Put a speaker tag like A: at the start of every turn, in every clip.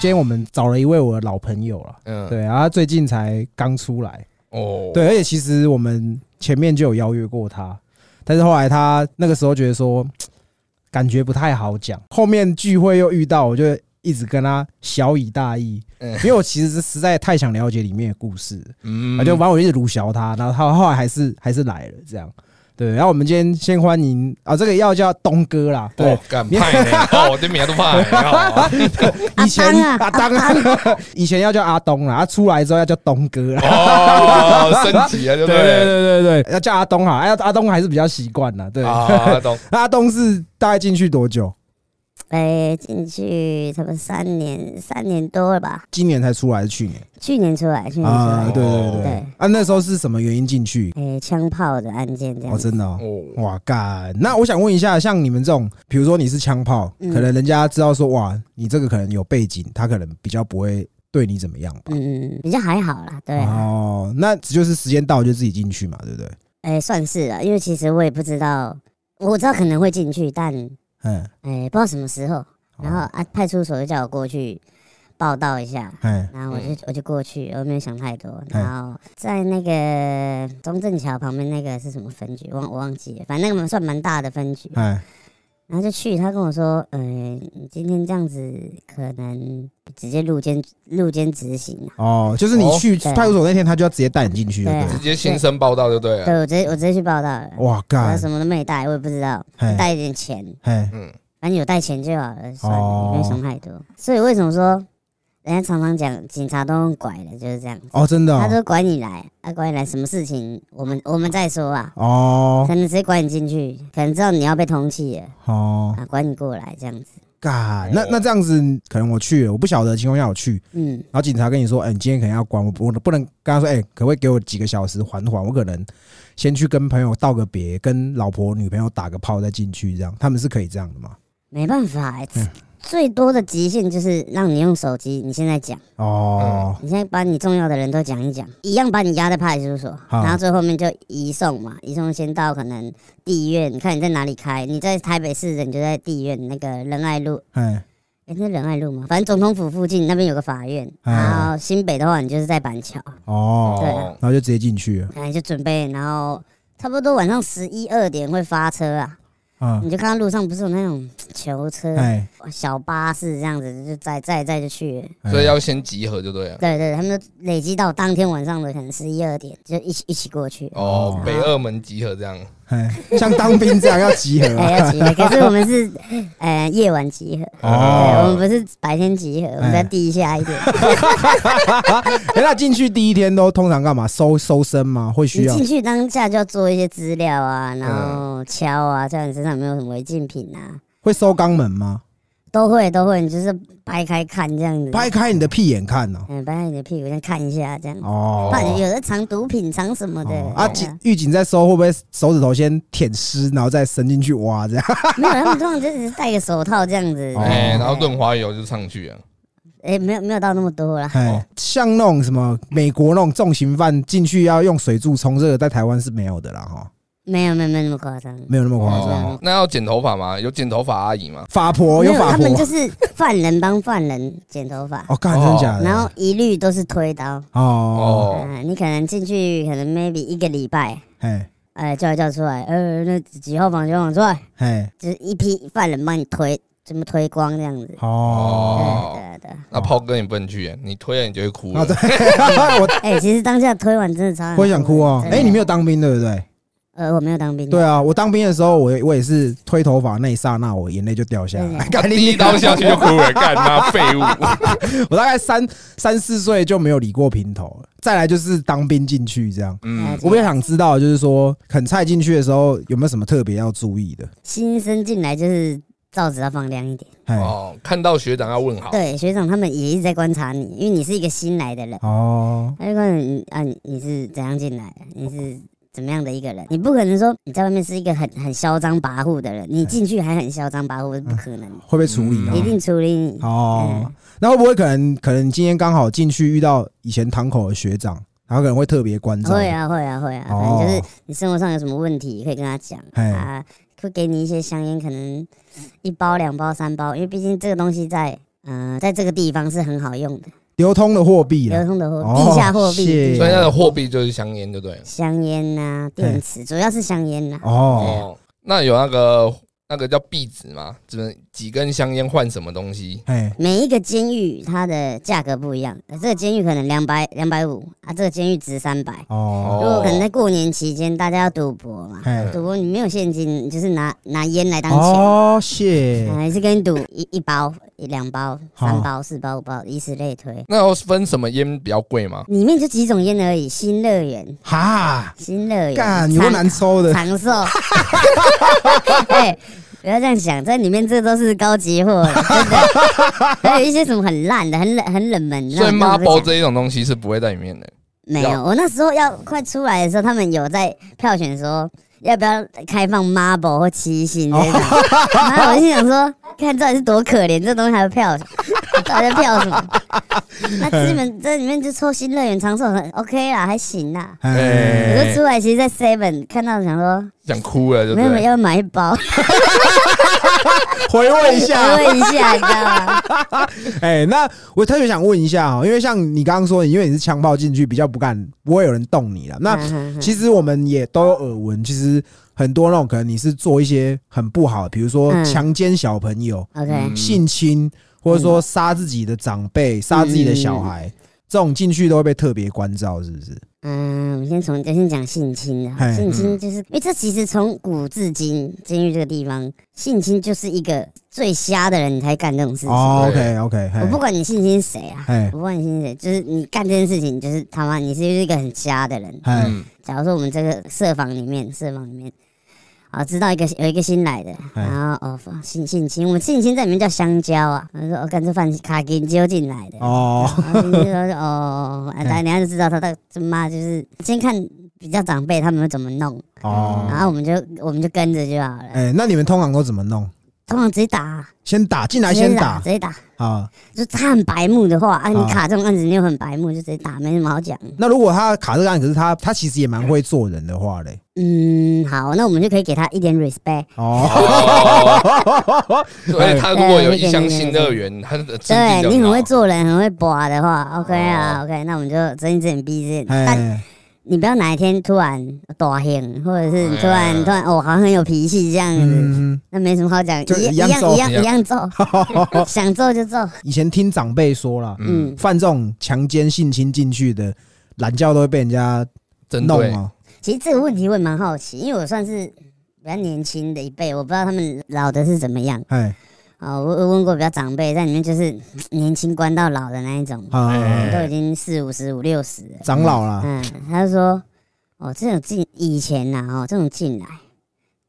A: 今天我们找了一位我的老朋友了，
B: 嗯，
A: 对，然后他最近才刚出来，
B: 哦，
A: 对，而且其实我们前面就有邀约过他，但是后来他那个时候觉得说感觉不太好讲，后面聚会又遇到，我就一直跟他小以大义，
B: 嗯
A: 因为我其实实在太想了解里面的故事了，
B: 嗯，
A: 啊，就反正我一直鲁小他，然后他后来还是还是来了这样。对，然后我们今天先欢迎啊，这个要叫东哥啦，对
B: 哦，，敢 派呢，哦，我对名都怕呢，哦
A: 以前
C: 阿
A: 当啊，以前要叫阿东啦，他出来之后要叫东 哥啦，
B: 哦，升级哦
A: 对对
B: 了，对不对？
A: 对对对，要叫阿东哈，哎，阿东还是比较习惯啦，对。
B: 啊，懂，
A: 那阿东是大概进去多久？
C: 哎，进去差不多三年，三年多了吧？
A: 今年才出来，去年
C: 去年出来，去年出
A: 啊，
C: 来，
A: 对对对
C: 对
A: 啊，那时候是什么原因进去？
C: 哎，枪炮的案件这样
A: 哦，
C: 子。
A: 真的哦，
B: 哦，
A: 哇干！那我想问一下，像你们这种，比如说你是枪炮，
C: 嗯
A: 可能人家知道说哇，你这个可能有背景，他可能比较不会对你怎么样吧？
C: 嗯，嗯，比较还好啦，对啊，
A: 哦，那就是时间到就自己进去嘛，对不对？
C: 哎，算是了，因为其实我也不知道，我知道可能会进去，但
A: 嗯，
C: 哎，不知道什么时候。然后
A: 哦，
C: 啊，派出所就叫我过去报道一下，
A: 哎，
C: 然后我就、
B: 嗯
C: 我就过去，我没有想太多。
A: 哎
C: 然后在那个中正桥旁边那个是什么分局？忘我忘记了，反正那个算蛮大的分局。
A: 哎，
C: 然后就去，他跟我说，呃，你今天这样子可能直接入监入监执行啊。
A: 哦，就是你
B: 哦
A: 去
C: 对
A: 派出所那天，他就要直接带你进去，对不
C: 对
A: 对
C: 啊
B: 直？接新生报道就对了，
C: 对我直接我直接去报道了，
A: 哇
C: 然后
A: 干！
C: 什么都没带，我也不知道，
A: 哎
C: 带一点钱，
A: 哎，
B: 嗯，
C: 反正有带钱就好了，算了，
A: 哦
C: 也没有想太多。所以为什么说人家常常讲警察都用拐的，就是这样。
A: 哦，真的
C: 他
A: 哦，
C: 说拐你来，啊拐你来，什么事情我们我们再说啊，
A: 哦
C: 可能直接拐你进去，可能知道你要被通缉了
A: 哦，
C: 啊，拐你过来这样子，
A: 干！那那这样子，可能我去了，我不晓得的情况下我去，
C: 嗯，
A: 然后警察跟你说，哎、你今天可能要关，我不我不能跟他说，哎、可不可以给我几个小时缓缓？我可能先去跟朋友道个别，跟老婆、女朋友打个炮再进去，这样他们是可以这样的吗？
C: 没办法、
A: 嗯
C: 最多的极限就是让你用手机，你现在讲，
A: 哦，
C: 你现在把你重要的人都讲一讲，一样把你押在派出所，
A: 好
C: 然后最后面就移送嘛，移送先到可能地院，你看你在哪里开，你在台北市的你就在地院那个仁爱路，
A: 哎、
C: 诶，那仁爱路吗？反正总统府附近那边有个法院，
A: 嗯
C: 然后新北的话你就是在板桥，
A: 哦，
C: 对
B: 哦
C: 啊，
A: 然后就直接进去了，
C: 然后就准备，然后差不多晚上十一二点会发车啊，
A: 嗯，
C: 你就看到路上不是有那种囚车、
A: 哎、
C: 小巴士这样子，就载载载就去了。
A: 哎
B: 所以要先集合就对了，
C: 对对，他们都累积到当天晚上的可能十一二点，就一起一起过去。
B: 哦，北二门集合这样，
A: 哎、像当兵这样要集合、啊
C: 哎，要 集合，可是我们是呃夜晚集合，对，我们
A: 哦，
C: 不是白天集合，我们在地下一点。
A: 哎、那进去第一天都通常干 嘛？搜搜身吗？会 需
C: 你
A: 要嗯
C: 进去当下就要做一些资料啊，然后敲啊，敲你身上有没有什么违禁品啊，
A: 会搜肛门吗？
C: 都会都会，你就是掰开看这样子，
A: 掰开你的屁眼看呢、
C: 嗯，掰开你的屁股再看一下这样。
A: 哦，
C: 怕有的藏毒品，藏什么的
A: 哦啊，
C: 嗯对
A: 警狱警在搜会不会手指头先舔湿，然后再伸进去挖这样？
C: 没有，他们通常就只是戴个手套这样子。
A: 哦
B: 哎，然后
C: 对
B: 润滑油就上去了，
C: 哎，没有没有到那么多啦。
A: 哎，像那种什么美国那种重刑犯进去要用水柱冲，这个在台湾是没有的啦，哈，
C: 没有没有没有那么夸张。
A: 没有那么夸张。
B: 哦，那要剪头发吗？有剪头发阿姨吗？
A: 法哦婆有
C: 没有，
A: 法
C: 他
A: 婆
C: 们，就是犯人 帮犯人剪头发，
A: 哦，干真的假的？
C: 然后一律都是推刀。
A: 哦，
B: 哦，
C: 嗯，你可能进去，可能 maybe 一个礼拜，
A: 哎
C: 哎，叫一叫出来，呃，那几号房几号房出来，
A: 哎，
C: 就是一批犯人帮你推，怎么推光这样子。对
A: 哦，
B: 哦，
C: 对对啊对。
B: 那炮哥你不能去耶，你推了你就会
C: 哦
B: 哭
A: 啊
B: 了
A: 对，， 我
C: 哎，其实当下推完真的超想
A: 我也想哭哦。
C: 真的
A: 哎，你没有当兵对不对？
C: 呃，我没有当兵。
A: 对啊，我当兵的时候，我我也是推头发那一刹那，我眼泪就掉下
C: 真
A: 来
C: 的。
A: 干
B: 啊第一刀下去就哭了，干妈废 物，
A: 我大概三三四岁就没有理过平头了，再来就是当兵进去这样。
B: 嗯，
A: 我比较想知道，就是说很菜进去的时候有没有什么特别要注意的？
C: 新生进来就是罩子要放亮一点。
A: 哎，
B: 哦，看到学长要问
A: 哦
B: 好，
C: 对，学长他们也一直在观察你，因为你是一个新来的人，
A: 哦，
C: 他就观察你啊，你你是怎样进来的，你是怎么样的一个人，你不可能说你在外面是一个很很嚣张跋扈的人，你进去还很嚣张跋扈是不可能的，
A: 会被处理啊
C: 一？
B: 嗯
C: 定处理你。
A: 哦
C: 嗯，
A: 那会不会可能可能今天刚好进去遇到以前堂口的学长，然后可能会特别关照？哦
C: 会啊会啊会啊，反正就是你生活上有什么问题可以跟他讲
A: 嘿
C: 啊，会给你一些香烟，可能一包两包三包，因为毕竟这个东西在呃，在这个地方是很好用的，
A: 流通的货币
C: 流
A: 啦，
C: 通的货
A: 哦
C: 币，地下货币，
A: 是
C: 地
B: 所以
C: 下
B: 它的货币就是香烟，对不对？
C: 香烟呐、电池，主要是香烟啊呐、
A: 哦，
B: 哦，那有那个那个叫币值嘛，只能几根香烟换什么东西？
A: 哎，
C: 每一个监狱它的价格不一样，呃这个监狱可能两百两百五啊，这个监狱值三百。如
A: 哦，
C: 果可能在过年期间大家要赌博嘛，
A: 哎，
C: 赌博你没有现金，你就是拿拿烟来当钱，啊
A: 哦，谢
C: 还是跟你赌一一包、一两
A: 哦
C: 包、三包、四包、五包，以此类推。
B: 那要分什么烟比较贵吗？
C: 里面就几种烟而已，新乐园、
A: 哈，
C: 新乐园、
A: 干，有个
C: 长
A: 难抽的，
C: 长寿。哎，不要这样想，在里面这都是高级货，真的。还有一些什么很烂的、很冷、很冷门。
B: 所以
C: 那种
B: marble
C: 都不讲
B: 这一种东西是不会在里面的。
C: 没有，我那时候要快出来的时候，他们有在票选说要不要开放 marble 或七星这种，
A: 哦
C: 然后我心想说，看这底是多可怜，这东西还要票， 到底在票 什么？那基本这里面就抽新乐园长寿很 OK 啦，还行啦。
A: 哎，
C: 我就出来，其实，在 Seven 看到想说，
B: 想哭了，对不
C: 没有没有
B: 对？
C: 要买一包，
A: 回味一下，
C: 问一下，你知道吗？
A: 哎，那我特别想问一下哦，因为像你刚刚说，因为你是枪炮进去，比较不敢，不会有人动你了。 那
C: 嗯嗯嗯
A: 其实我们也都有耳闻，其实很多那种可能你是做一些很不好的，比如说
C: 嗯
A: 强奸小朋友、
C: OK，
B: 嗯
A: 性侵，或者说杀自己的长辈、杀自己的小孩，这种进去都会被特别关照，是不是？
C: 嗯，我们先从先讲性侵啊，
A: 嘿
C: 性侵
B: 嗯
C: 就是因为这其实从古至今，监狱这个地方，性侵就是一个最瞎的人你才干这种事情。
A: 哦，OK
B: 对
A: OK，
C: 我不管你性侵谁啊，
A: 嘿
C: 我不管你性侵谁，就是你干这件事情，就是他妈你是一个很瞎的人。
A: 哎
B: 嗯，
C: 假如说我们这个社房里面，社房里面。啊，知道一个有一个新来的，
A: 嘿
C: 然后哦性性侵，我们性侵在里面叫香蕉啊，他说我干这饭卡金揪进来的，
A: 哦，
C: 然后你就说哦，哎大家就知道他的他妈啊就是先看比较长辈他们会怎么弄，然
A: 哦，
C: 后我们就我们就跟着就好了。
A: 哎，那你们通常都怎么弄？
C: 通常直接打，
A: 先打进来，
C: 直接
A: 先
C: 打，
A: 打
C: 直接打。
A: 啊。
C: 就他很白目的话啊，你
A: 啊
C: 卡这种案子你又很白目，就直接打，没什么好讲。
A: 那如果他卡这个案，可是他他其实也蛮会做人的话嘞。
C: 嗯，好，那我们就可以给他一点 respect。
A: 哦，
B: 哦，所以他如果有一箱新乐园，他的质地
C: 对
B: 就
C: 你很会
B: 好
C: 做人，很会拔的话，OK 啊，OK，那我们就睁一只眼闭一只眼。嗯 但
A: 哎，
C: 你不要哪一天突然大兴，或者是你突
B: 哎
C: 然突然哦，好像很有脾气这样子，
A: 嗯，
C: 那没什么好讲，
A: 就
C: 一
A: 一
C: 样
A: 样
C: 一样
B: 揍
C: 一样揍， 想揍就揍。
A: 嗯 以前听长辈说啦，
C: 嗯，
A: 犯这种强奸、性侵进去的，懒觉都会被人家
B: 针
A: 弄
B: 对
A: 哦。
C: 其实这个问题我也蛮好奇，因为我算是比较年轻的一辈，我不知道他们老的是怎么样
A: 哎，
C: 啊、我我问过比较长辈，在里面就是年轻关到老的那一种，
A: 啊，
B: 哎
C: 都已经四五十五六十了。
A: 长老啦，
C: 嗯，他就说，哦，这种进以前呐、哦，这种进来，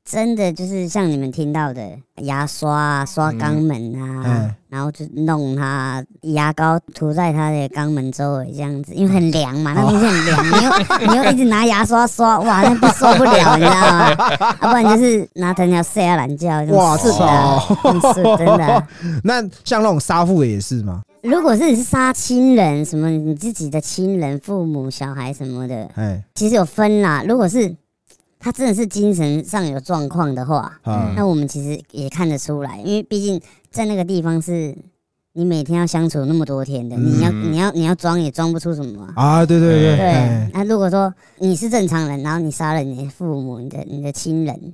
C: 真的就是像你们听到的牙刷啊、刷肛门啊，
A: 嗯
C: 然后就弄它牙膏涂在它的肛门周围这样子，因为很凉嘛，那
A: 哦
C: 东西很 凉，你又你又一直拿牙刷刷，哇，那不受不了，你知道吗？要、不然就是拿藤条塞下懒觉，
A: 哇
C: 是的，是真的啊。
A: 那像那种杀父的也是嘛，
C: 如果是你是杀亲人，什么你自己的亲人、父母、小孩什么的，
A: 哎，
C: 其实有分啦。如果是他真的是精神上有状况的话，
A: 啊，
C: 那我们其实也看得出来，因为毕竟在那个地方是你每天要相处那么多天的，你要你要你要装也装不出什么啊、
A: 啊，对对嗯对，
C: 对
A: 哎，
C: 那如果说你是正常人，然后你杀了你的父母、你的你的亲人，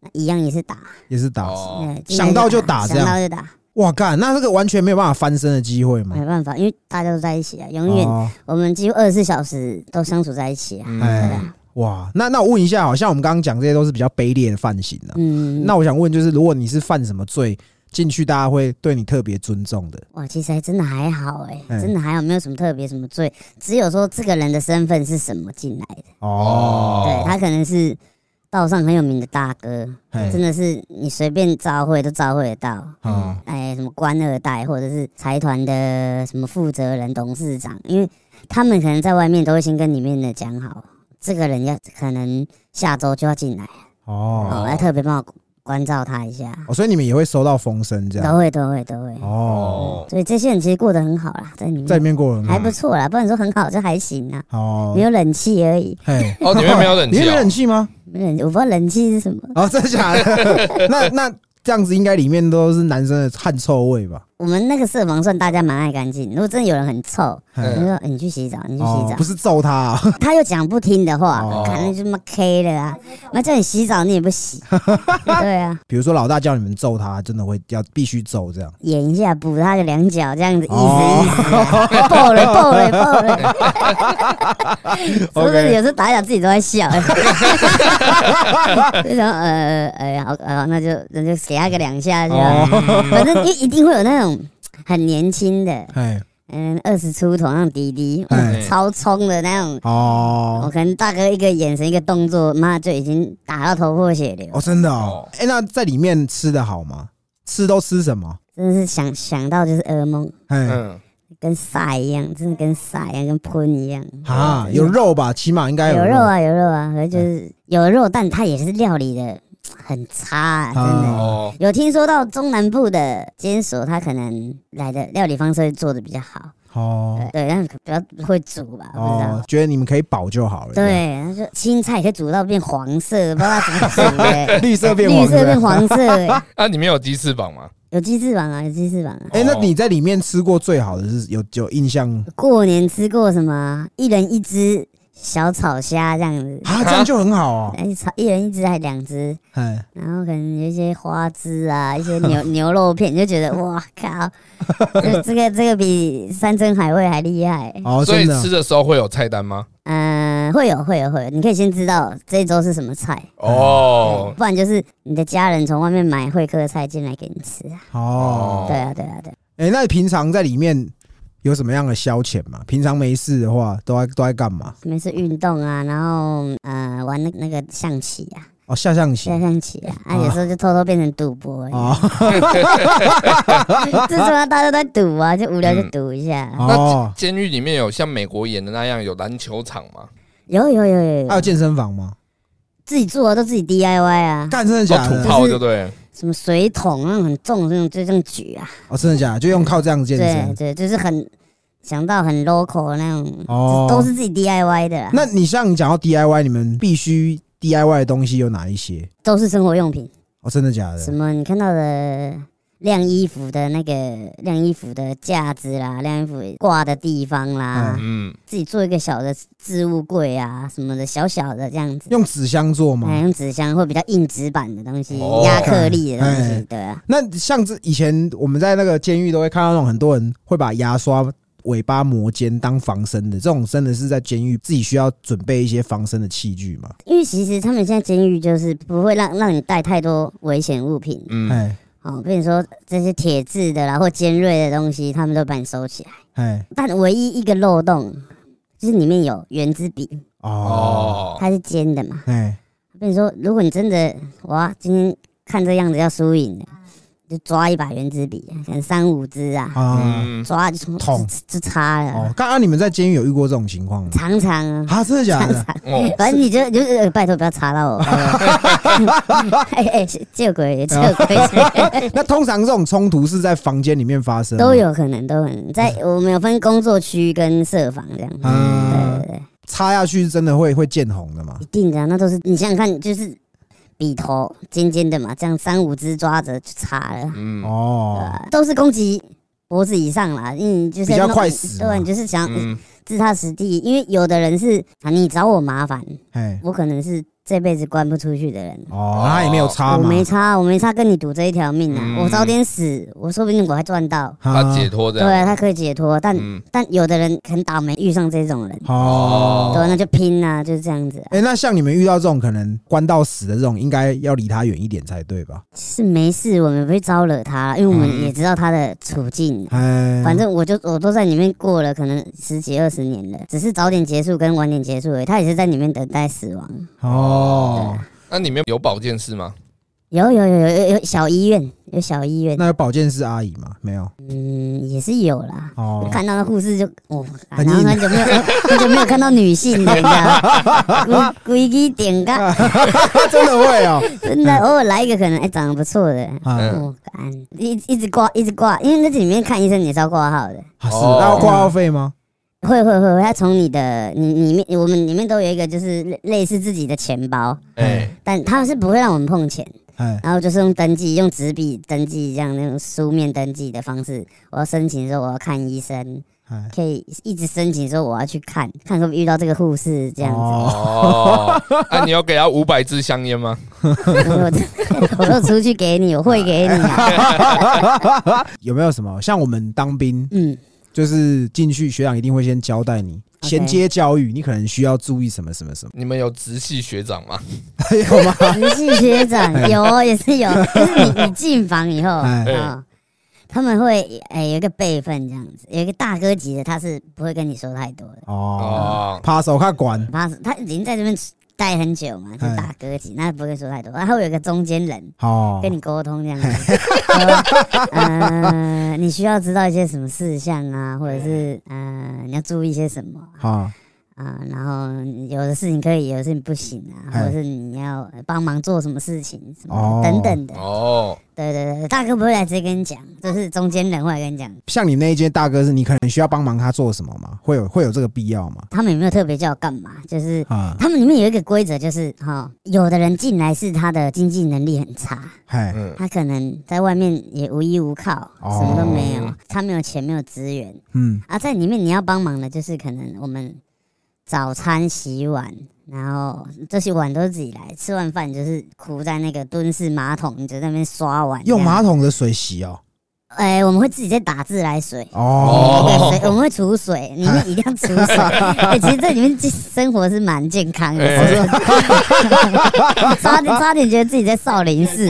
C: 那一样也是打，
A: 也是打。
B: 哦，
C: 对
A: 想到就打这
C: 想
A: 样
C: 到就打，
A: 哇，干，那这个完全没有办法翻身的机会嘛
C: 没。办法，因为大家都在一起啊，永远、
A: 嗯哦，
C: 我们几乎二十四小时都相处在一起
B: 嗯
C: 啊。对
A: 哎
C: 啊，
A: 哇，那那我问一下，好像我们刚刚讲这些都是比较卑劣的犯行啊。
C: 嗯，
A: 那我想问，就是如果你是犯什么罪进去，大家会对你特别尊重的？
C: 哇，其实还真的还好哎、
A: 嗯
C: 真的还好，没有什么特别什么罪，只有说这个人的身份是什么进来的，
A: 哦，
C: 对他可能是道上很有名的大哥，
A: 嘿
C: 真的是你随便召会都召会得到，
A: 啊，
C: 哎，什么官二代或者是财团的什么负责人、董事长，因为他们可能在外面都会先跟里面的讲好，这个人要可能下周就要进来，
A: 哦，
C: 哦，要特别帮我关照他一下，
A: 哦，所以你们也会收到风声这样
C: 都？会都会都会，
A: 哦，
B: 哦，
C: 所以这些人其实过得很好啦，在里面
A: 在里面过了吗？
C: 还不错啦，不能说很好，这还行啊，
A: 嗯哦
C: 没，有冷气而已。
A: 嘿，
B: 哦，里面没有冷
A: 里
B: 气
A: 面没冷
B: 哦，
A: 气吗？
C: 没冷，我不知道冷气是什么。
A: 哦，真的假的？那那这样子应该里面都是男生的汗臭味吧？
C: 我们那个社房算大家蛮爱干净，如果真的有人很臭，
B: 嗯
C: 你就说、欸你去洗澡，你去洗澡，
A: 不是揍他啊，
C: 他又讲不听的话
A: 哦，
C: 可能就么 K 了啊，那叫你洗澡你也 不洗，对啊，
A: 比如说老大叫你们揍他，真的会要必须揍这样。
C: 演一下补他个两脚这样子，意思
A: 哦
C: 意思啊，爆了爆了爆了，是不是
A: OK
C: 有时候打一打自己都在 笑？就想呃呃好呃好那就那就给他个两下就好，
A: 哦
C: 反正一一定会有那种很年轻的，
A: 哎，
C: 嗯二十出头那种弟弟，嗯
A: 哎
C: 超冲的那种。我
A: 哦，
C: 可能大哥一个眼神一个动作，妈就已经打到头破血流
A: 哦，，真的哦。哎，那在里面吃的好吗？吃都吃什么？
C: 真的是想想到就是噩梦，
A: 哎，
B: 嗯，
C: 跟撒一样，真的跟撒一样，跟喷一样。
A: 啊，
C: 真的
A: 有肉吧？起码应该肉
C: 有
A: 哎
C: 肉。啊，有肉啊，可是就是有肉，但它也是料理的很差、啊，真的。
A: 啊
B: 哦，
C: 有听说到中南部的监所，他可能来的料理方式会做的比较好，
A: 哦
C: 对，但是比较会煮吧，我不知道。
A: 哦，觉得你们可以保就好了。这样，
C: 对，他说青菜可以煮到变黄色，不知道它怎么煮的、
A: 绿色 变黄
C: 绿
A: 是不
C: 色
A: 是
C: 变黄色、欸，
B: 那里面有鸡翅膀吗？
C: 有鸡翅膀啊，有鸡翅膀啊。
A: 哎、那你在里面吃过最好的是有有印象
C: 过年吃过什么？啊一人一只小炒虾这样子，
A: 啊？这样就很好哦。
C: 哎，炒一人一只还两只，
A: 哎，
C: 然后可能有一些花枝啊，一些 牛牛肉片，你就觉得哇靠，这这个这个比山珍海味还厉害。
A: 哦，
B: 所
A: 真
B: 以
A: 的
B: 吃的时候会有菜单吗？
C: 嗯，会有会有会有，你可以先知道这一周是什么菜，
B: 哦，
C: 不然就是你的家人从外面买会客菜进来给你吃啊。
A: 哦。
C: 对啊对啊对啊
A: 哎、那你平常在里面有什么样的消遣吗？平常没事的话，都在都在干嘛？
C: 没事运动啊，然后呃玩那那个象棋啊，
A: 哦，下象棋
C: 下象棋啊，啊有时候就偷偷变成赌博而已。
A: 哦
C: 这时候大家都在赌啊，就无聊就赌一下。
A: 哦，
B: 监狱里面有像美国演的那样有篮球场吗？
C: 有有有有
A: 还
C: 有
A: 有，健身房吗？
C: 自己做的都自己 DIY 啊，
A: 干真的
B: 做
A: 假
B: 土
A: 的？
B: 炮就对了，
C: 什么水桶那种很重的那种就这样举啊，
A: 哦，真的假的？就用靠这样健
C: 对
A: 身？
C: 对，就是很想到很 local 的那种，
A: 哦
C: 都是自己 DIY 的啦，
A: 那你像你讲到 DIY，你们必须 DIY 的东西有哪一些？
C: 都是生活用品，
A: 哦，真的假的
C: 什？么你看到的。晾衣服的那个晾衣服的架子啦，晾衣服挂的地方啦，
B: 嗯，
C: 自己做一个小的置物柜啊什么的，小小的这样子。
A: 用纸箱做吗？
C: 哎，用纸箱或比较硬纸板的东西，
B: 哦
C: 亚克力的东
A: 哎
C: 西，对啊，
A: 那像这以前我们在那个监狱都会看到那种很多人会把牙刷、尾巴磨尖当防身的，这种真的是在监狱自己需要准备一些防身的器具嘛？
C: 因为其实他们现在监狱就是不会让让你带太多危险物品，
B: 嗯，
A: 哎
C: 哦，比如说这些铁质的啦或尖锐的东西，他们都把你收起来。
A: 哎
C: 但唯一一个漏洞就是里面有圆珠笔，
A: 哦
B: 哦，
C: 它是尖的嘛。
A: 哎
C: 比如说，如果你真的哇，今天看这样子要输赢的，就抓一把圆珠笔，可能三五支啊，
A: 啊
B: 嗯，
C: 抓就从
A: 捅
C: 就就插了啊，
A: 哦！刚刚你们在监狱有遇过这种情况吗？
C: 常常啊。
A: 啊，真的假 的？
B: 哦，
C: 反正你就就是、呃拜托不要查到我，拜 托哎哎，救鬼救 鬼，
A: 那通常这种冲突是在房间里面发生吗
C: 都。有可能，都可能在我们有分工作区跟社房这样，
A: 嗯
C: 对对对，
A: 插下去是真的会会见红的嘛
C: 一？定的啊、那都是你想想看，就是笔头尖尖的嘛，这样三五只抓着就插了，
B: 嗯，
A: 哦，
C: 呃都是攻击脖子以上啦，因为你就是要
A: 比较
C: 弄
A: 快死嘛
C: 对啊，你就是想
B: 嗯，
C: 置他死地，因为有的人是啊，你找我麻烦，
A: 哎
C: 我可能是这辈子关不出去的人。
A: 哦，他也没有插
C: 我
A: 嘛，嗯
C: 没差，我没差跟你赌这一条命啊！我早点死，我说不定我还赚到。
B: 他解脱这
A: 啊
C: 对，啊
B: 样，
C: 他可以解脱，但、
B: 嗯
C: 但有的人很倒霉，遇上这种人，
A: 哦。
C: 对，那就拼啊，就是这样子、啊，
A: 哎、那像你们遇到这种可能关到死的这种，应该要离他远一点才对吧？
C: 是没事，我们不会招惹他，因为我
A: 嗯
C: 们也知道他的处境。啊
A: 哎，
C: 反正我就我都在里面过了，可能十几二十年了，只是早点结束跟晚点结束而已。他也是在里面等待死亡。
A: 哦，
B: 那里面有保健室吗？
C: 有有有有有有小医院，有小医院，
A: 那有保健室阿姨吗？没有
C: 嗯，也是有啦。
A: 哦，
C: 看到那护士就哦，
A: 很
C: 然后
A: 硬
C: 很久没有很久没有 看到女性的，你知道，规矩点个，
A: 真的会哦，
C: 真的偶尔来一个可能哎、长得不错的，
A: 啊
B: 嗯
C: 我干一一直挂一直挂，因为那里面看医生也是要挂号的。
A: 啊是，
B: 哦
A: 那要挂号费吗？
C: 会会会，会他从你的你你里面我们里面都有一个就是类类似自己的钱包，
B: 哎，
C: 但他是不会让我们碰钱，
A: 哎，
C: 然后就是用登记，用纸笔登记，这样那种书面登记的方式。我要申请说我要看医生，
A: 哎，
C: 可以一直申请说我要去看，看会不会遇到这个护士这样子。
A: 哦
B: 哦，那你有给他五百支香烟吗？
C: 我说 我说出去给你，我会给 你啊。
A: 哎有没有什么像我们当兵，
C: 嗯，
A: 就是进去学长一定会先交代你
C: OK
A: 衔接教育，你可能需要注意什么什么什 么，
B: 你们有直系学长吗？
A: 有吗？
C: 直系学长有也是 有，就是你你进房以后啊、
A: 哎
C: 哦他们会哎、有一个辈分这样子，有一个大哥级的，他是不会跟你说太多的，
A: 哦，
B: 哦，
A: 趴手看管，
C: 他他已经在这边待很久嘛，就
A: 哎
C: 大哥级，那不会说太多。然后有一个中间人
A: 哦，
C: 跟你沟通这 样子，说呃，你需要知道一些什么事项啊，或者是
A: 哎
C: 呃，你要注意些什么啊。
A: 啊，
C: 啊，然后有的事情可以，有的事情不行啊，
A: 哎
C: 或者是你要呃帮忙做什么事情什么的
A: 哦
C: 等等的。
B: 哦，
C: 对对对，大哥不会来直接跟你
A: 哎
C: 讲，就是中间人会来跟你讲。
A: 像你那一间大哥是你可能需要帮忙他做什么吗？会有会有这个必要吗？
C: 他们有没有特别叫我干嘛？就是
A: 啊，
C: 他们里面有一个规则，就是哈、有的人进来是他的经济能力很差，
A: 嘿，
B: 嗯，
C: 他可能在外面也无依无靠，
A: 哦
C: 什么都没有，他没有钱，没有资源
A: 嗯，
C: 啊。在里面你要帮忙的，就是可能我们早餐、洗碗，然后这些碗都是自己来，吃完饭就是哭在那个蹲式马桶，你就在那边刷碗。
A: 用马
C: 桶？
A: 桶的水洗哦，
C: 哎、我们会自己在打自来水。
A: 哦，
C: 那个水我们会储水，里面一定要储 水。哎，其实这里面生活是蛮健康的，
B: 哎
C: 是不是差点差点觉得自己在少林寺。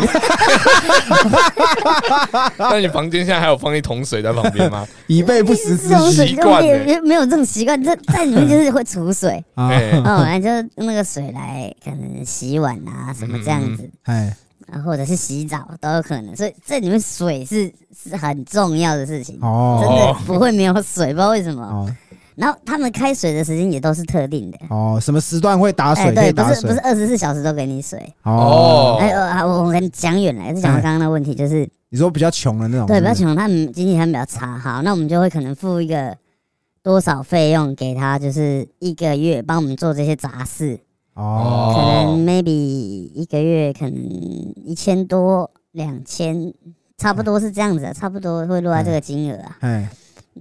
B: 那你房间现在还有放一桶水在旁边吗？
A: 以备不时之
C: 这种
A: 需
C: 水
B: 习惯
C: 没有
B: 欸
C: 没有没有这种习惯，这在里面就是会储 水，
A: 啊，
B: 哎
C: 哦，然后就用那个水来可能洗碗啊什么这样子，
A: 哎，
C: 啊或者是洗澡都有可能，所以这里面水是是很重要的事情，真
A: 哦，
C: 的不会没有水，不知道为什么。
A: 哦，
C: 然后他们开水的时间也都是特定的，
A: 哦，什么时段会打水？
C: 哎，
A: 可
C: 对，
A: 以
C: 不
A: 打
C: 是不
A: 水
C: 是，二十四小时都给你水。
A: 哦，哎
B: 哦，
C: 哎，我我我跟你讲远了，就讲到刚刚的问题，就是
A: 你说比较穷的那种，
C: 对，比较
A: 是不是，
C: 穷，他们经济条件比较差，好，那我们就会可能付一个多少费用给他，就是一个月帮我们做这些杂事，
A: 哦，
C: 可能 maybe 一个月可能一千多、两千，差不多是这样子、啊，差不多会落在这个金额啊。
A: 哎，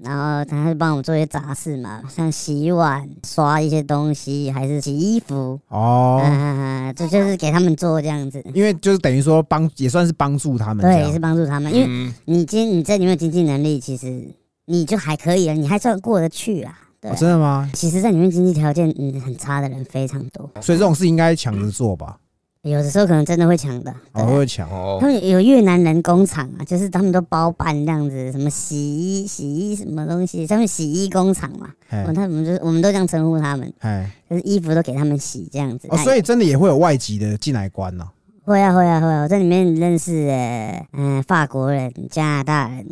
C: 然后他就帮我们做一些杂事嘛，像洗碗、刷一些东西，还是洗衣服，
A: 哦，
C: 嗯、这就是给他们做这样子。
A: 因为就是等于说帮，也算是帮助他们这
C: 对，也
A: 样
C: 是。帮助他们，因为
B: 嗯，
C: 你今天你这里面有经济能力，其实你就还可以了，你还算过得去啦。对
A: 哦，，真的吗？
C: 其实在里面经济条件嗯很差的人非常多，
A: 所以这种事应该抢着做吧？
C: 有的时候可能真的会抢的。对
A: 哦，会抢
B: 哦
C: 他，们有越南人工厂啊，就是他们都包办这样子，什么洗衣、洗衣什么东西，他们洗衣工厂嘛，
A: 哎
C: 我他们就是我们都这样称呼他们，
A: 哎，
C: 就是衣服都给他们洗这样子。
A: 哦，
C: 哎
A: 所以真的也会有外籍的进来关哦呢。
C: 会啊会啊会啊！我在里面认识呃嗯、法国人、加拿大 人，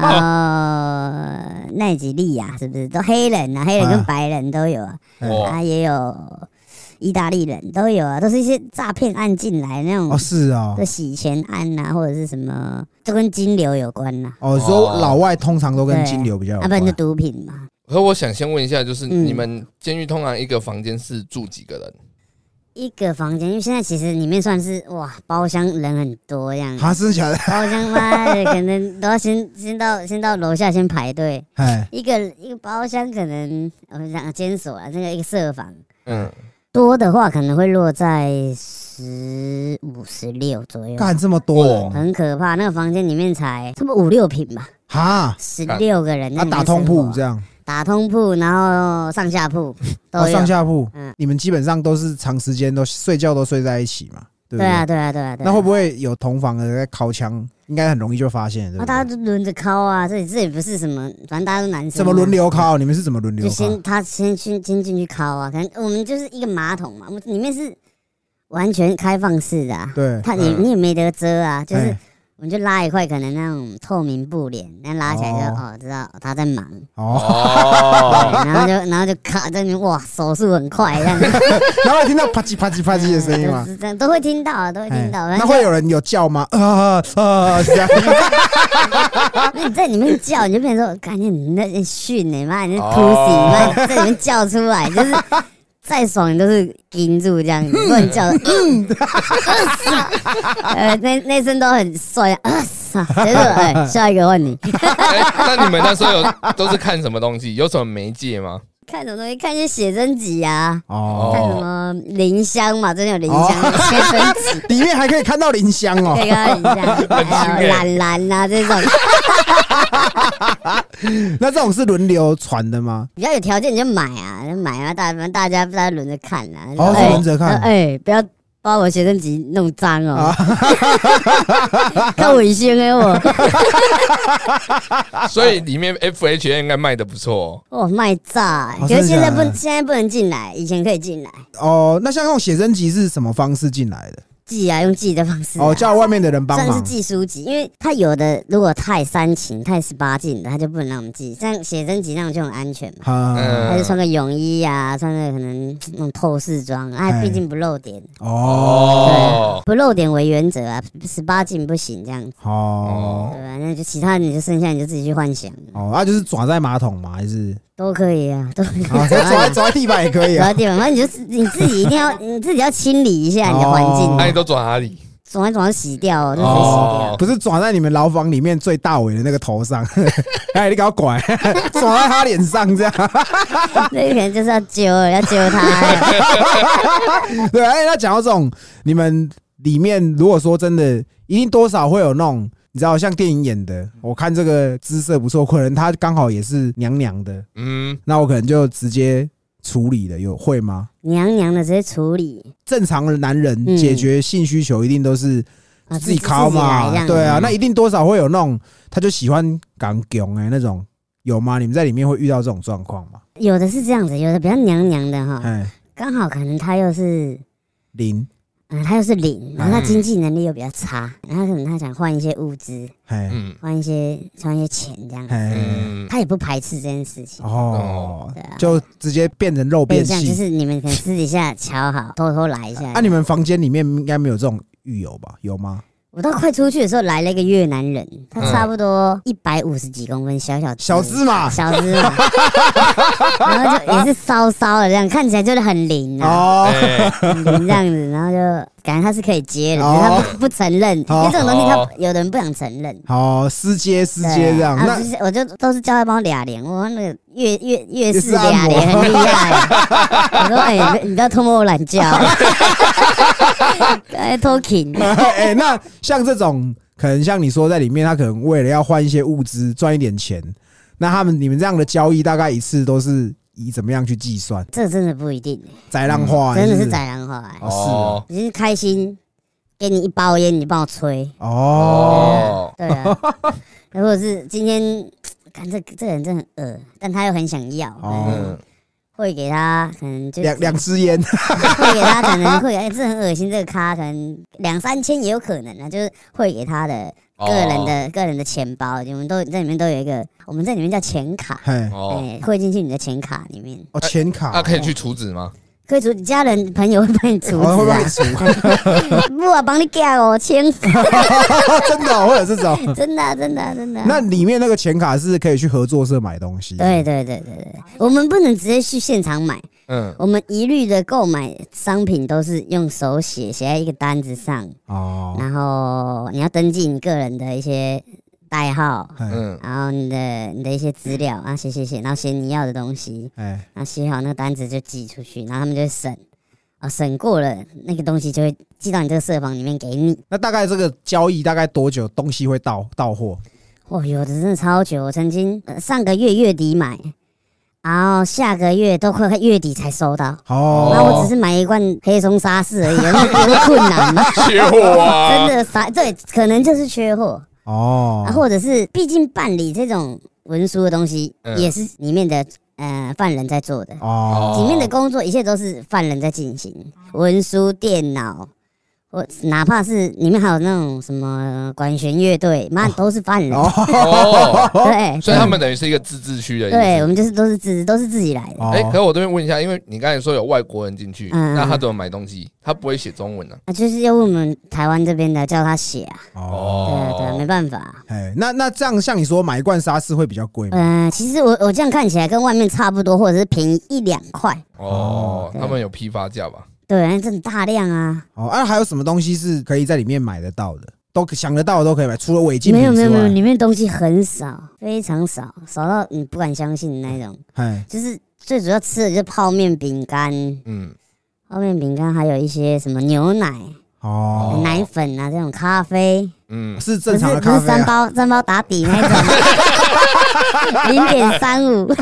C: 然后奈及利亚是不是都黑人啊？黑人跟白人都有啊，
B: 哦，
C: 啊也有意大利人都有啊，都是一些诈骗案进来那
A: 哦，
C: 种，
A: 是啊
C: 就，洗钱案啊，或者是什么，都跟金流有关呐、啊
A: 哦，你说老外通常都跟金流比较有
C: 要、不
A: 关
C: 然就毒品嘛。
B: 可我想先问一下，就是
C: 嗯
B: 你们监狱通常一个房间是住几个人？
C: 一个房间，因为现在其实里面算是哇，包厢人很多这样，
A: 哈，真的假的？
C: 包厢嘛，可能都要先 先到先到楼下先排队。
A: 哎，
C: 一个一个包厢可能我们讲监所啊，那个一个设防
B: 嗯，
C: 多的话，可能会落在十五、十六左右，
A: 干这么多
B: 哇
A: 人
C: 很可怕。那个房间里面才差不多五六平吧，
A: 哈，
C: 十六个人。
A: 啊，打通铺这
C: 样，
A: 样，
C: 打通铺，然后上下铺
A: 哦，
C: 都有。
A: 上下铺
C: 嗯，
A: 你们基本上都是长时间都睡觉都睡在一起嘛，对不
C: 对啊，？对啊，对啊，对啊。
A: 那会不会有同房的在掏枪？应该很容易就发现，对
C: 啊，
A: 不
C: 大家
A: 对？
C: 都轮着敲啊，这里这也不是什么，反正大家都男生嘛。
A: 怎么轮流啊敲？你们是怎么轮
C: 就
A: 流敲？
C: 先他先去先进去敲啊，可能我们就是一个马桶嘛，我们里面是完全开放式的、啊，
A: 对，
C: 他你
B: 嗯
C: 你也没得遮啊，就是
A: 哎
C: 我们就拉一块可能那种透明布帘，那拉起来就哦知道他在忙，
A: 哦，
B: 哦，
C: 对然后就然后就咔，这里哇手速很快这样子，
A: 然后 会听到啪叽啪叽啪叽的声音吗
C: 就？是这样 都会听到，啊都会听到。
A: 哎
C: 反
A: 那
C: 正
A: 会有人有叫吗？啊啊，是这样。
C: 那你在里面叫，你就变成说，感觉你那你训你妈，你是
B: 哦
C: pussy 妈，在里面叫出来就是。 再爽你都是盯住这样子，不然你叫的嗯，呃，那那声都很帅，啊，操结束了哎，下一个问你，
B: 哎那你们那时候有都是看什么东西？有什么媒介吗？
C: 看什么东西？看一些写真集啊，
D: 哦，
C: 看什么林香嘛，最近有林香 写真集。
A: 里面还可以看到林香哦
C: 可。以跟他一下，还有懒懒啊这种，
A: 那这种是轮流传的吗？
C: 比较有条件你就买啊，就买啊，大反正大家大家轮着看啊。
A: 哦，
C: 哎
A: 是轮着看。啊
C: 哎，不要把我学生集弄脏 哦，看我一先哎我，
B: 所以里面 FHA 应该卖的不错、
C: 我卖炸欸，
A: 哦
C: 可是现在
A: 真
C: 不
A: 的假的
C: 现在不能进来，以前可以进来
A: 哦，那像那种写真集是什么方式进来的？
C: 寄啊，用寄的方式啊
A: 哦，叫外面的人帮
C: 算是
A: 忙。
C: 寄书籍，因为他有的如果太煽情、太十八禁的，他就不能让我们寄。像写真集那种就很安全嘛。
A: 嗯，
B: 嗯
C: 啊还是穿个泳衣啊，穿个可能那种透视装，啊，
A: 哎
C: 毕竟不露点，
B: 哦。
C: 不露点为原则啊，十八禁不行这样子，对
A: 哦
C: 吧？那就其他你就剩下你就自己去幻想，
A: 哦，那就是抓在马桶吗？还 是
C: 都可以啊，都可以。
A: 啊，抓抓地板也可以
C: 主
A: 啊
C: 要。地方，反正你就是你自己一 定要，你自己要清理一下你的环境
B: 那
A: 哦
B: 你
C: 啊，
B: 都转哪里？
C: 总要总要洗掉哦，都可以洗掉。
B: 哦，
A: 不是抓在你们牢房里面最大尾的那个头上， 哎，你搞拐， 抓在他脸上这样，
C: 那可能就是要揪了，要揪 他。
A: 对，哎，那讲到这种，你们里面如果说真的，一定多少会有那种，你知道，像电影演
B: 嗯
A: 的，我看这个姿色不错，可能他刚好也是娘娘的，
B: 嗯，
A: 那我可能就直接处理了，有会吗？
C: 娘娘的直接处理，
A: 正常的男人
C: 嗯
A: 解决性需求一定都是
C: 啊
A: 自己
C: 来
A: 靠嘛
C: 这，样
A: 对啊，
B: 嗯
A: 那一定多少会有那种他就喜欢港囧哎那种，有吗？你们在里面会遇到这种状况吗？
C: 有的是这样子，有的比较娘娘的哈，
A: 哎，
C: 刚好可能他又是
A: 零
C: 嗯，他又是
A: 哎
C: 零，然后他经济能力又比较差，然后可能他想换一些物资，
A: 哎
B: 嗯
C: 换一些赚一些钱这样，
A: 哎
B: 嗯，
C: 他也不排斥这件事情。
A: 哦
C: 对啊，
A: 就直接变成肉
C: 所以
A: 变
C: 这样就
A: 性。
C: 是你们可能私底下瞧好，偷偷来一下。
A: 啊，你们房间里面应该没有这种狱友吧？有吗？
C: 我到快出去的时候来了一个越南人，他差不多一百五十几公分，小小只
A: 小芝麻
C: 小 芝麻，然后就也是骚骚的这样，看起来就是很灵啊，
A: 哦
B: 哎
C: 很灵这样子，然后就感觉他是可以接的，可是他
A: 哦
C: 不不承认，因为这种东西他有的人不想承认。
A: 好私接私接这样，
C: 对啊啊
A: 那
C: 就是我就都是叫他帮我俩连，我那个越越越式
A: 越式按摩
C: 俩连很厉害。 我说哎、你不你不要偷摸我懒觉，哎偷听。
A: 哎，那像这种，可能像你说在里面，他可能为了要换一些物资赚一点钱，那他们你们这样的交易大概一次都是以怎么样去计算？
C: 这真的不一定，
A: 宰浪化、
C: 嗯真的
A: 不
C: 是宰狼话、
A: 哦是哦
C: 只是开心，给你一包烟，你帮我吹，
A: 哦。
B: 哦，
C: 对 啊。如果是今天，看这这个人真的很恶，但他又很想要，
A: 哦
B: 嗯，
C: 会给他可能就
A: 两两支烟，
C: 会给他可能会，哎、这很恶心，这个咖可能两三千也有可能啊，就是会给他的
B: 哦
C: 个人
A: 哦
C: 的、个人的钱包，你们都这里面都有一个，我们这里面叫钱卡，
A: 嘿，
C: 哎、
B: 哦，
C: 汇进去你的钱卡里面，
A: 哦，钱卡，
B: 那可以去处置吗？
C: 可以除家人朋友会帮你除
A: 哦会
C: 子
A: 帮
C: 啊
A: 你，除，
C: 不啊，帮你盖哦，千伏，
A: 真的哦会有这 种。
C: 真的啊、真的啊、真的啊、
A: 那里面那个钱卡是可以去合作社买东西，
C: 对，对对对对，我们不能直接去现场买，
B: 嗯，
C: 我们一律的购买商品都是用手写，写在一个单子上，
A: 哦，
C: 然后你要登记你个人的一些代号，
A: 哎
B: 嗯，
C: 然后你的你的一些资料啊，写写写，然后写你要的东西，
A: 哎，
C: 然后写好那个单子就寄出去，然后他们就会审，啊、审过了那个东西就会寄到你这个社房里面给你。
A: 那大概这个交易大概多久东西会到到货？
C: 哦，有的真的超久，我曾经、呃上个月月底买，然后下个月都快快月底才收到。
A: 哦，
C: 那我只是买一罐黑松沙士而已，有 那有那困难吗？
B: 缺货
C: 真
B: 啊，
C: 的啥？对，可能就是缺货。
A: 哦
C: 啊，，或者是毕竟办理这种文书的东西，
B: 嗯
C: 也是里面的呃犯人在做的，
A: 哦，
B: 哦
C: 里面的工作一切都是犯人在进行，文书、电脑我哪怕是里面还有那种什么管弦乐队，妈都是犯人，
A: 哦
B: 哦，
C: 对
B: 所以他们等于是一个自治区的意思。
C: 对，我们就是都是自都是自己来的。
B: 哎、可是
A: 哦，
B: 我这边问一下，因为你刚才说有外国人进去，
C: 嗯
B: 那他怎么买东西？他不会写中文呢、
C: 啊，就是要问我们台湾这边的，叫他写啊，对啊对啊，没
B: 哦，
C: 办法啊、
A: 哎，哦那那这样像你说买一罐沙士会比较贵吗？
C: 嗯、其实我我这样看起来跟外面差不多，或者是便宜一两块，
B: 哦，他们有批发价吧？
C: 对，那真的大量啊，
A: 哦，啊，还有什么东西是可以在里面买得到的？都想得到的都可以买，除了违禁
C: 没
A: 品
C: 有没
A: 之
C: 有没有，
A: 外，
C: 里面东西很少，非常少，少到你不敢相信的那种，
A: 哎，
C: 就是最主要吃的就是泡面、饼干，
B: 嗯，
C: 泡面、饼干，还有一些什么牛奶、
A: 哦，
C: 奶粉啊这种咖啡，
B: 嗯，
A: 是正
C: 不
A: 常
C: 是
A: 的
C: 不
A: 咖
C: 是
A: 啡
C: 三
A: 啊，
C: 包三包打底那 种，零点三五， 不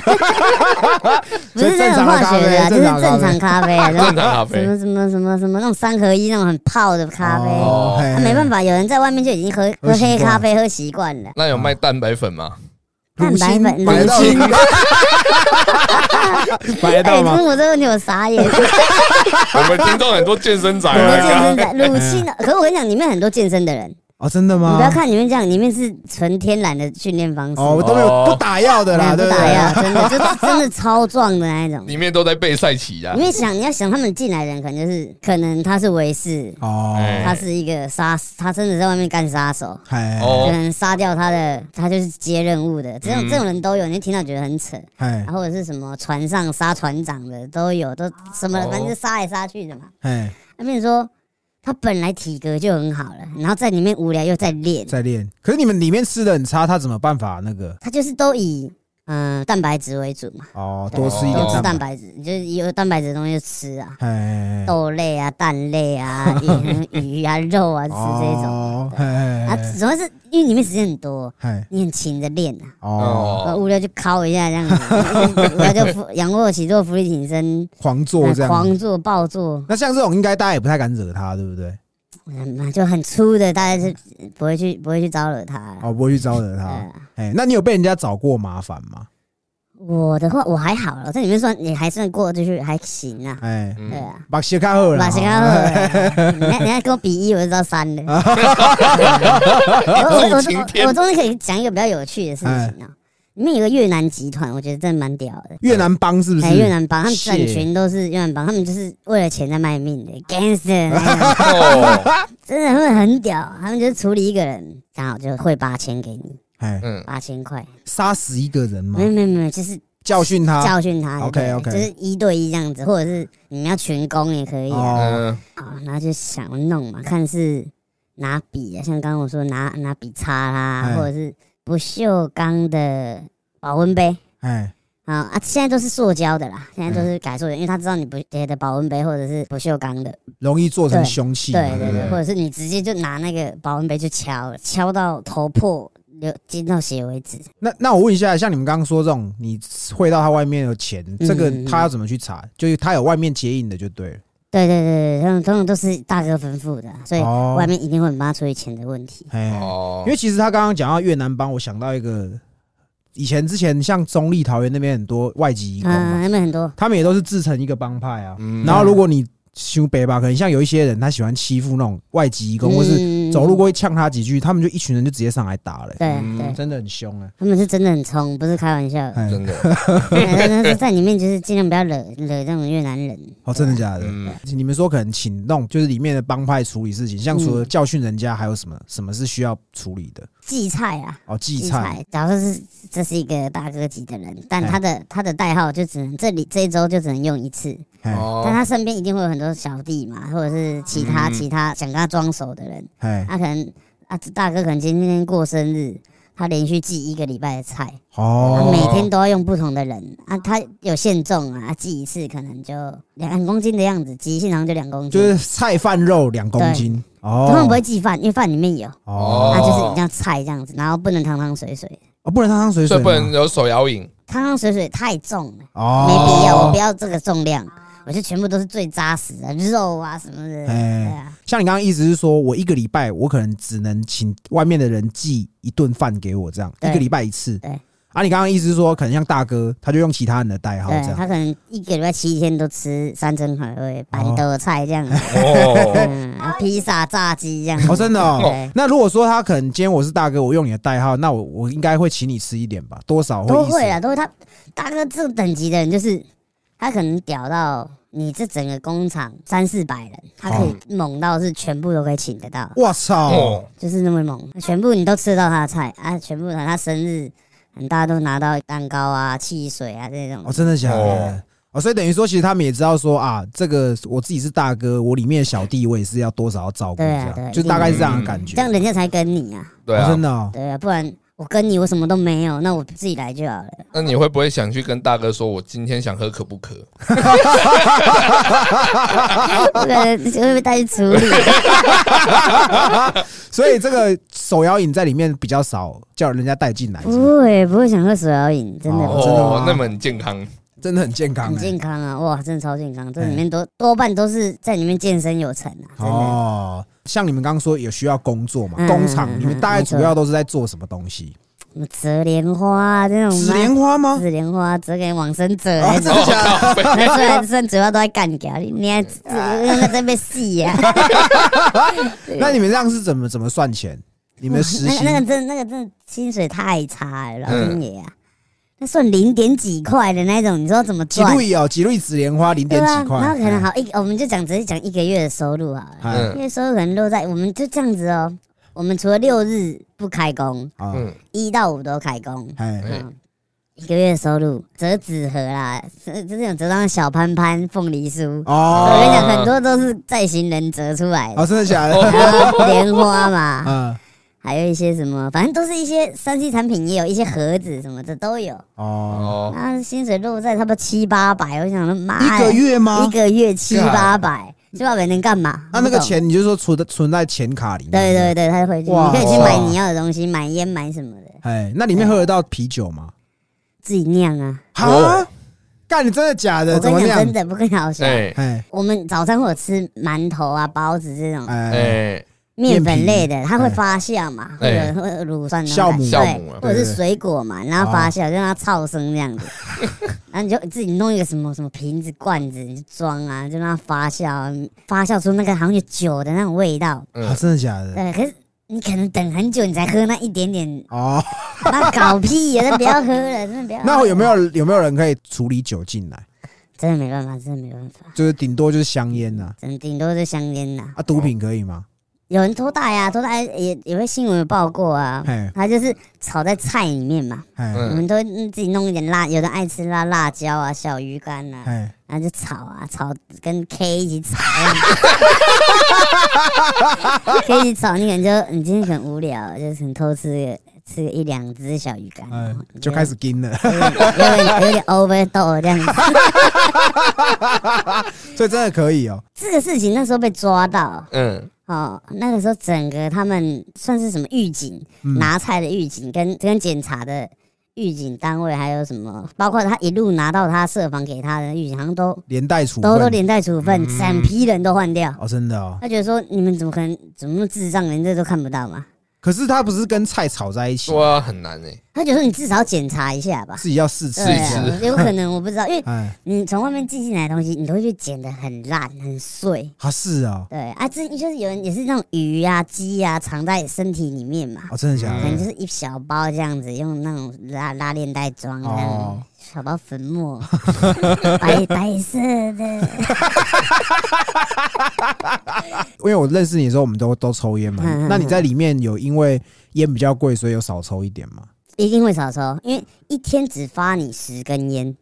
C: 是那种化学的、啊，
A: 所
C: 就
A: 以
C: 是
A: 正常的咖啡
C: 正常咖啡啊，
B: 正常咖
C: 什
B: 啡。
C: 么什么什么什么那种三合一那种很泡的咖啡，
B: 哦
A: 嘿
C: 啊没办法，有人在外面就已经喝
A: 喝
C: 喝
A: 习惯
C: 黑咖啡喝习 惯了。
B: 那有卖蛋白粉吗？
A: 乳
C: 蛋白
A: 清
C: 粉
A: 买得到
C: 乳清
A: 吗买得
C: 哎，
A: 到
C: 你
A: 吗？
C: 问我这个问题，我傻 眼。
B: 我们听众很多健身
A: 哎
B: 仔
C: 很多健
B: 啊，
C: 身仔，乳清的，可是我跟你讲，里面很多健身的人，你
A: 哦，真的吗？
C: 不要看里面这样，里面是纯天然的训练方式，
A: 哦，都没有
B: 哦
A: 不打药的啦，
C: 嗯不
A: 对
C: 打
A: 对？
C: 药， 真的就是真的超壮的那一种。
B: 里面都在备赛期啊
C: 因。为想你要想他们进来的人，可能就是可能他是维士，
A: 哦，
B: 哎
C: 他是一个杀，他真的在外面干杀手，
A: 哎
B: 哦
C: 可能杀掉他的，他就是接任务的，这种
B: 嗯
C: 这种人都有，你听到觉得很扯，
A: 哎
C: 然后或者是什么船上杀船长的都有，都什么
B: 哦
C: 反正就杀来杀去的嘛。
A: 哎，
C: 那边说他本来体格就很好了，然后在里面无聊又在练，
A: 在练。可是你们里面吃的很差，他怎么办法那个？
C: 他就是都以嗯、呃蛋白质为主嘛，
A: 哦，
C: 对
A: 多吃一点
C: 都吃
A: 蛋
C: 蛋
A: 白，
C: 白质，就是有蛋白质的东西就吃啊。
A: 哎，
C: 豆类啊、蛋类 啊、鱼鱼啊、肉啊，吃这种。
A: 哦，哎
C: 啊，主要是因为里面时间很多，
A: 哎，
C: 你很勤着练啊，
A: 哦，
C: 呃
B: 哦，
C: 无聊就敲一下这样子，然后 就俯仰卧起坐、伏地挺身、
A: 狂做这样
C: 呃狂。做、暴做，
A: 那像这种应该大家也不太敢惹他，对不对？
C: 嗯，就很粗的，大家是
A: 嗯
C: 不会去不会去招惹他啊。
A: 哦，不会去招惹他。
C: 呃
A: 哎，那你有被人家找过麻烦吗？
C: 我的话我还好了，我在里面算也还算过得去，还行啊。
A: 哎，
C: 对
B: 嗯，
C: 啊，
A: 把鞋看好了，
C: 把谁看
A: 哦
C: 了？人家人家跟我比一，我就知道三了。 我我
B: 晴
C: 我
B: 天
C: 我终于可以讲一个比较有趣的事情啊！里面有个越南集团，我觉得真的蛮屌的。
A: 越南帮哎是不是
C: 哎，？越南帮他们
A: 是
C: 整群都是越南帮，他们就是为了钱在卖命的 gangster，那
A: 啊
C: 种
B: 嗯哦，
C: 真的他们很屌。他们就是处理一个人，刚好就汇八千给你，
A: 哎，
B: 嗯，
C: 八千块。
A: 杀死一个人吗啊
C: 没？有没有没有，就是
A: 教训他。
C: 嗯教训他
A: OK，OK
C: 就是一对一这样子，或者是你们要群攻也可以啊。
A: 哦，
B: 嗯，
C: 啊，然后就想要弄嘛，看是拿笔啊，像刚刚我说拿拿笔擦啦
A: 哎，
C: 或者是不锈钢的保温杯
A: 哎，
C: 啊啊，现在都是塑胶的啦，现在都是改塑胶，因为他知道你不别的保温杯或者是不锈钢的，
A: 容易做成
C: 对
A: 凶器嘛。
C: 对对对，
B: 嗯
C: 或者是你直接就拿那个保温杯去敲了，敲到头破流进到血为止。
A: 那那我问一下，像你们刚刚说这种，你汇到他外面的钱，这个
C: 嗯嗯嗯
A: 他要怎么去查？就是他有外面接应的就对了。
C: 对对对对，他们通常都是大哥吩咐的，啊所以
A: 哦
C: 外面一定会帮他处理钱的问题。
A: 哎，
B: 哦
A: 因，为其实他刚刚讲到越南帮，我想到一个，以前之前像中立桃园那边很多外籍移工嘛
C: 嗯，，他们很多，
A: 他们也都是自成一个帮派啊。
B: 嗯
A: 然后如果你修北吧，可能像有一些人他喜欢欺负那种外籍移工，或是
C: 嗯
A: 走路过去呛他几句，他们就一群人就直接上来打了、
C: 对
B: 嗯
C: 对，
A: 真的很凶啊。
C: 他们是真的很冲，不是开玩笑的。
A: 哎
B: 真的，
C: 对 但是在里面就是尽量不要惹惹这种越南人。
A: 哦，真的假的？
B: 嗯，
A: 你们说可能请弄就是里面的帮派处理事情，像除了
C: 嗯
A: 教训人家，还有什么什么是需要处理的？
C: 荠菜啊，
A: 哦，荠菜，，
C: 假如说是这是一个大哥级的人，但
A: 哎
C: 他的他的代号就只能这里这一周就只能用一次，
A: 哎
C: 但
B: 哦，
C: 他身边一定会有很多小弟嘛，或者是其他
B: 嗯
C: 其他想跟他装熟的人，
A: 哎，
C: 他可能啊这大哥可能今天过生日。他连续寄一个礼拜的菜，他
A: 哦，
C: 每天都要用不同的人啊，他有限重啊，啊寄一次可能就两公斤的样子，极限好像就两公斤，
A: 就是菜饭肉两公斤，哦，
C: 他们不会寄饭，因为饭里面有，
A: 哦
B: 啊
C: 它就是一定要菜这样子，然后不能汤汤水水，
A: 哦，不能汤汤水水
B: 所
A: 吗，
B: 以不能有手摇饮，
C: 汤汤水水太重了，
A: 哦，
C: 没必要，我不要这个重量，我就全部都是最扎实的肉啊什么的，
A: 哎
C: 对啊，
A: 像你刚刚意思是说，我一个礼拜我可能只能请外面的人寄一顿饭给我，这样
C: 对
A: 一个礼拜一次。
C: 对
A: 啊，你刚刚意思是说，可能像大哥，他就用其他人的代号
C: 对
A: 这样。
C: 他可能一个礼拜七天都吃山珍海味、板豆菜这样，
B: 哦，
C: 嗯，啊披萨、炸鸡这样。
A: 哦，真的哦。
C: 对，
A: 那如果说他可能今天我是大哥，我用你的代号，那我我应该会请你吃一点吧，多少会
C: 都
A: 意
C: 会啊，
A: 思。
C: 都会。他大哥这种等级的人，就是他可能屌到你这整个工厂三四百人，他可以猛到是全部都可以请得到，
A: 我操！
B: 哦，
C: 就是那么猛，全部你都吃得到他的菜啊，全部他生日，大家都拿到蛋糕啊、汽水啊这种
A: 哦，。真的假
B: 哦
A: 的？哦，所以等于说，其实他们也知道说啊，这个我自己是大哥，我里面的小弟我也是要多少要照顾，这
C: 对啊对
A: 样
C: 啊
A: 就大概是这样的感觉
C: 这。样人家才跟你啊，
B: 对
A: 哦
B: 啊
A: 真，的哦，
C: 对啊，不然我跟你我什么都没有，那我自己来就好了。
B: 那你会不会想去跟大哥说，我今天想喝可不可？
C: 不然会被带去处 理。
A: 所以这个手摇饮在里面比较少叫人家带进来，是不是
C: 不会，不会想喝手摇饮，真的
A: 哦真的吗
B: 那么很 健康，
A: 真的很健康哎
C: 很
A: 欸。
C: 健康啊！哇，真的超健康，这里面多多半都是在里面健身有成啊，真的。
A: 哦，像你们刚刚说有需要工作嘛？
C: 嗯
A: 工厂
C: 嗯
A: 你们大概
C: 没错
A: 主要都是在做什么东西？
C: 什么折莲花啊，这种
A: 紫莲花吗？
C: 紫莲花啊折给往生者，
A: 哦，真的假的？
C: 那出来剩嘴巴都在干掉，你你
A: 哎
C: 还那个在被戏啊呀？
A: 那你们这样是怎么怎么算钱？你们实
C: 嗯那
A: 习
C: 个那个真的那个真的薪水太差了，老
B: 嗯
C: 天爷啊！那算零点几块的那种，你知道怎么
A: 几
C: 赚？
A: 粒哦，几粒紫莲花零
C: 对
A: 点
C: 啊
A: 几，块，嗯
C: 然后可能好一，我们就讲直接讲一个月的收入好了。
A: 哎，
B: 嗯
C: 月收入可能落在我们就这样子哦。我们除了六日不开工，
A: 啊，
B: 嗯，
C: 一到五都开工，
A: 哎，
B: 嗯
C: 一个月收入折纸盒啦，这这种折到小潘潘凤梨酥，我跟
A: 哦
C: 你讲，很多都是在行人折出来的
A: 哦，，真的假的？
C: 然后莲花 嘛，
A: 嗯，
C: 还有一些什么，反正都是一些三 C 产品，也有一些盒子什么的都有。
A: 哦，
B: 哦，
C: 那薪水落在差不多七八百，我想说妈呀
A: 一个月吗
C: 哎
A: 啊
C: 一？个月七八百，七八百能干嘛？
A: 那那个
C: 不懂
A: 钱你就说存存在钱卡里面，
C: 对对对，他回去，
A: 哇
C: 你可以去买你要的东西，买烟买什么的，
A: 哎，那里面喝得到啤酒吗？
C: 自己酿啊。
A: 哈
B: 哦，
A: 干，你真的假的？
C: 我
A: 怎么
C: 跟你
A: 那
C: 讲，
A: 样？
C: 真的不跟你好笑。
B: 哎
A: 哎
C: 我们早餐会有吃馒头啊、包子这种
A: 哎，
B: 哎，
C: 面粉类的，它会
A: 哎
C: 发酵嘛，或
B: 哎
C: 者会有乳酸那
A: 酵
C: 种
A: 母哦
C: 感觉
B: 酵母啊
C: 对，或
A: 对
C: 者
A: 对
C: 是水果嘛，然后发酵，就让它噪声这样子。 然后你就自己弄一个什么什么瓶子、罐子，你就装啊，就让它发酵啊，发酵出那个好像有酒的那种味道。
A: 啊，真的假的？
C: 嗯对，可是你可能等很久，你才喝那一点点
A: 哦，
C: 那搞屁呀！那不要喝了，真的不要喝了。
A: 那有没有有没有人可以处理酒进来？
C: 真的没办法，真的没办法，
A: 就是顶多就是香烟呐，
C: 真的顶多是香烟呐、
A: 啊，毒品可以吗？
C: 有人偷带呀，偷带也也会新闻有报过啊
A: 嘿。
C: 他就是炒在菜里面嘛，
A: 哎
B: 嗯
C: 我们都会嗯自己弄一点辣，有的爱吃辣辣椒啊、小鱼干呐、啊，
A: 哎，
C: 然后就炒啊，炒跟 K 一起炒。K 一起炒，你可能就你今天很无聊，就是可能偷吃个吃个一两只小鱼干，
A: 哎
C: 然后，
A: 就开始盯了，
C: 有点有点有点 overdose 这样子。
A: 所以真的可以哦。
C: 这个事情那时候被抓到，
B: 嗯，
C: 哦，那个时候整个他们算是什么预警，
A: 嗯
C: 拿菜的预警跟跟检查的预警单位，还有什么，包括他一路拿到他社房给他的预警，好像都
A: 连带处
C: 都都
A: 分
C: 连带处分，
A: 嗯
C: 整批人都换掉。
A: 哦，真的哦。
C: 他觉得说你们怎么可能怎么那么智障，连这都看不到嘛？
A: 可是它不是跟菜炒在一起，
B: 说啊很难哎，
C: 他觉得说你至少检查一下吧。
A: 自己要试吃
C: 对
B: 一
A: 一
B: 次
A: 下。
C: 啊，有可能我不知道，因为
A: 哎，
C: 你从外面寄进来的东西，你都会去剪得很烂很碎。
A: 啊是啊，
C: 对啊，这就是有人也是那种鱼啊、鸡啊，藏在身体里面嘛，
A: 哦，真的假
C: 可能
A: 的？
C: 就是一小包这样子，用那种拉拉链袋装，这样、
A: 哦
C: 小包粉末， 白白色的，
A: 因为我认识你的时候，我们都都抽烟嘛
C: 嗯嗯。嗯
A: 那你在里面有因为烟比较贵，所以有少抽一点吗？
C: 一定会少抽，因为一天只发你十根烟，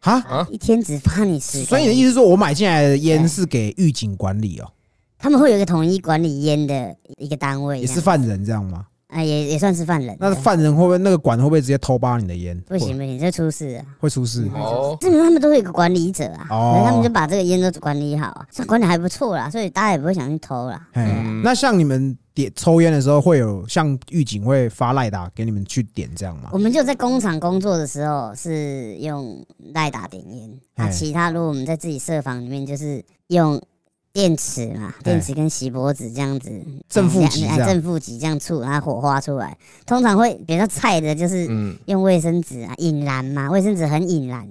A: 啊，
C: 一天只发你十根。
A: 所以你的意思是说我买进来的烟是给狱警管理哦，
C: 他们会有一个统一管理烟的一个单位
A: 也
C: 这样，
A: 是犯人这样吗？
C: 啊，也也算是犯人。
A: 那
C: 对
A: 犯人会不会那个管会不会直接偷扒你的烟？
C: 不行，不行，这出事啊！
A: 会，会出事。
B: 哦，
C: 证明他们都会有个管理者啊，
A: 哦
C: 可是他们就把这个烟都管理好啊，算管理还不错啦，所以大家也不会想去偷啦。
A: 哎
B: 嗯，
A: 那像你们点抽烟的时候，会有像狱警会发赖打给你们去点这样吗？
C: 我们就在工厂工作的时候是用赖打点烟，那、
A: 嘿
C: 其他如果我们在自己社房里面，就是用电池嘛，
A: 对
C: 电池跟锡箔纸这样子，
A: 正负极
C: 两
A: 这
C: 两
A: 样，
C: 正负极这样触，然后火花出来。通常会比较菜的就是
B: 嗯，
C: 用卫生纸啊，引燃嘛，卫生纸很引燃，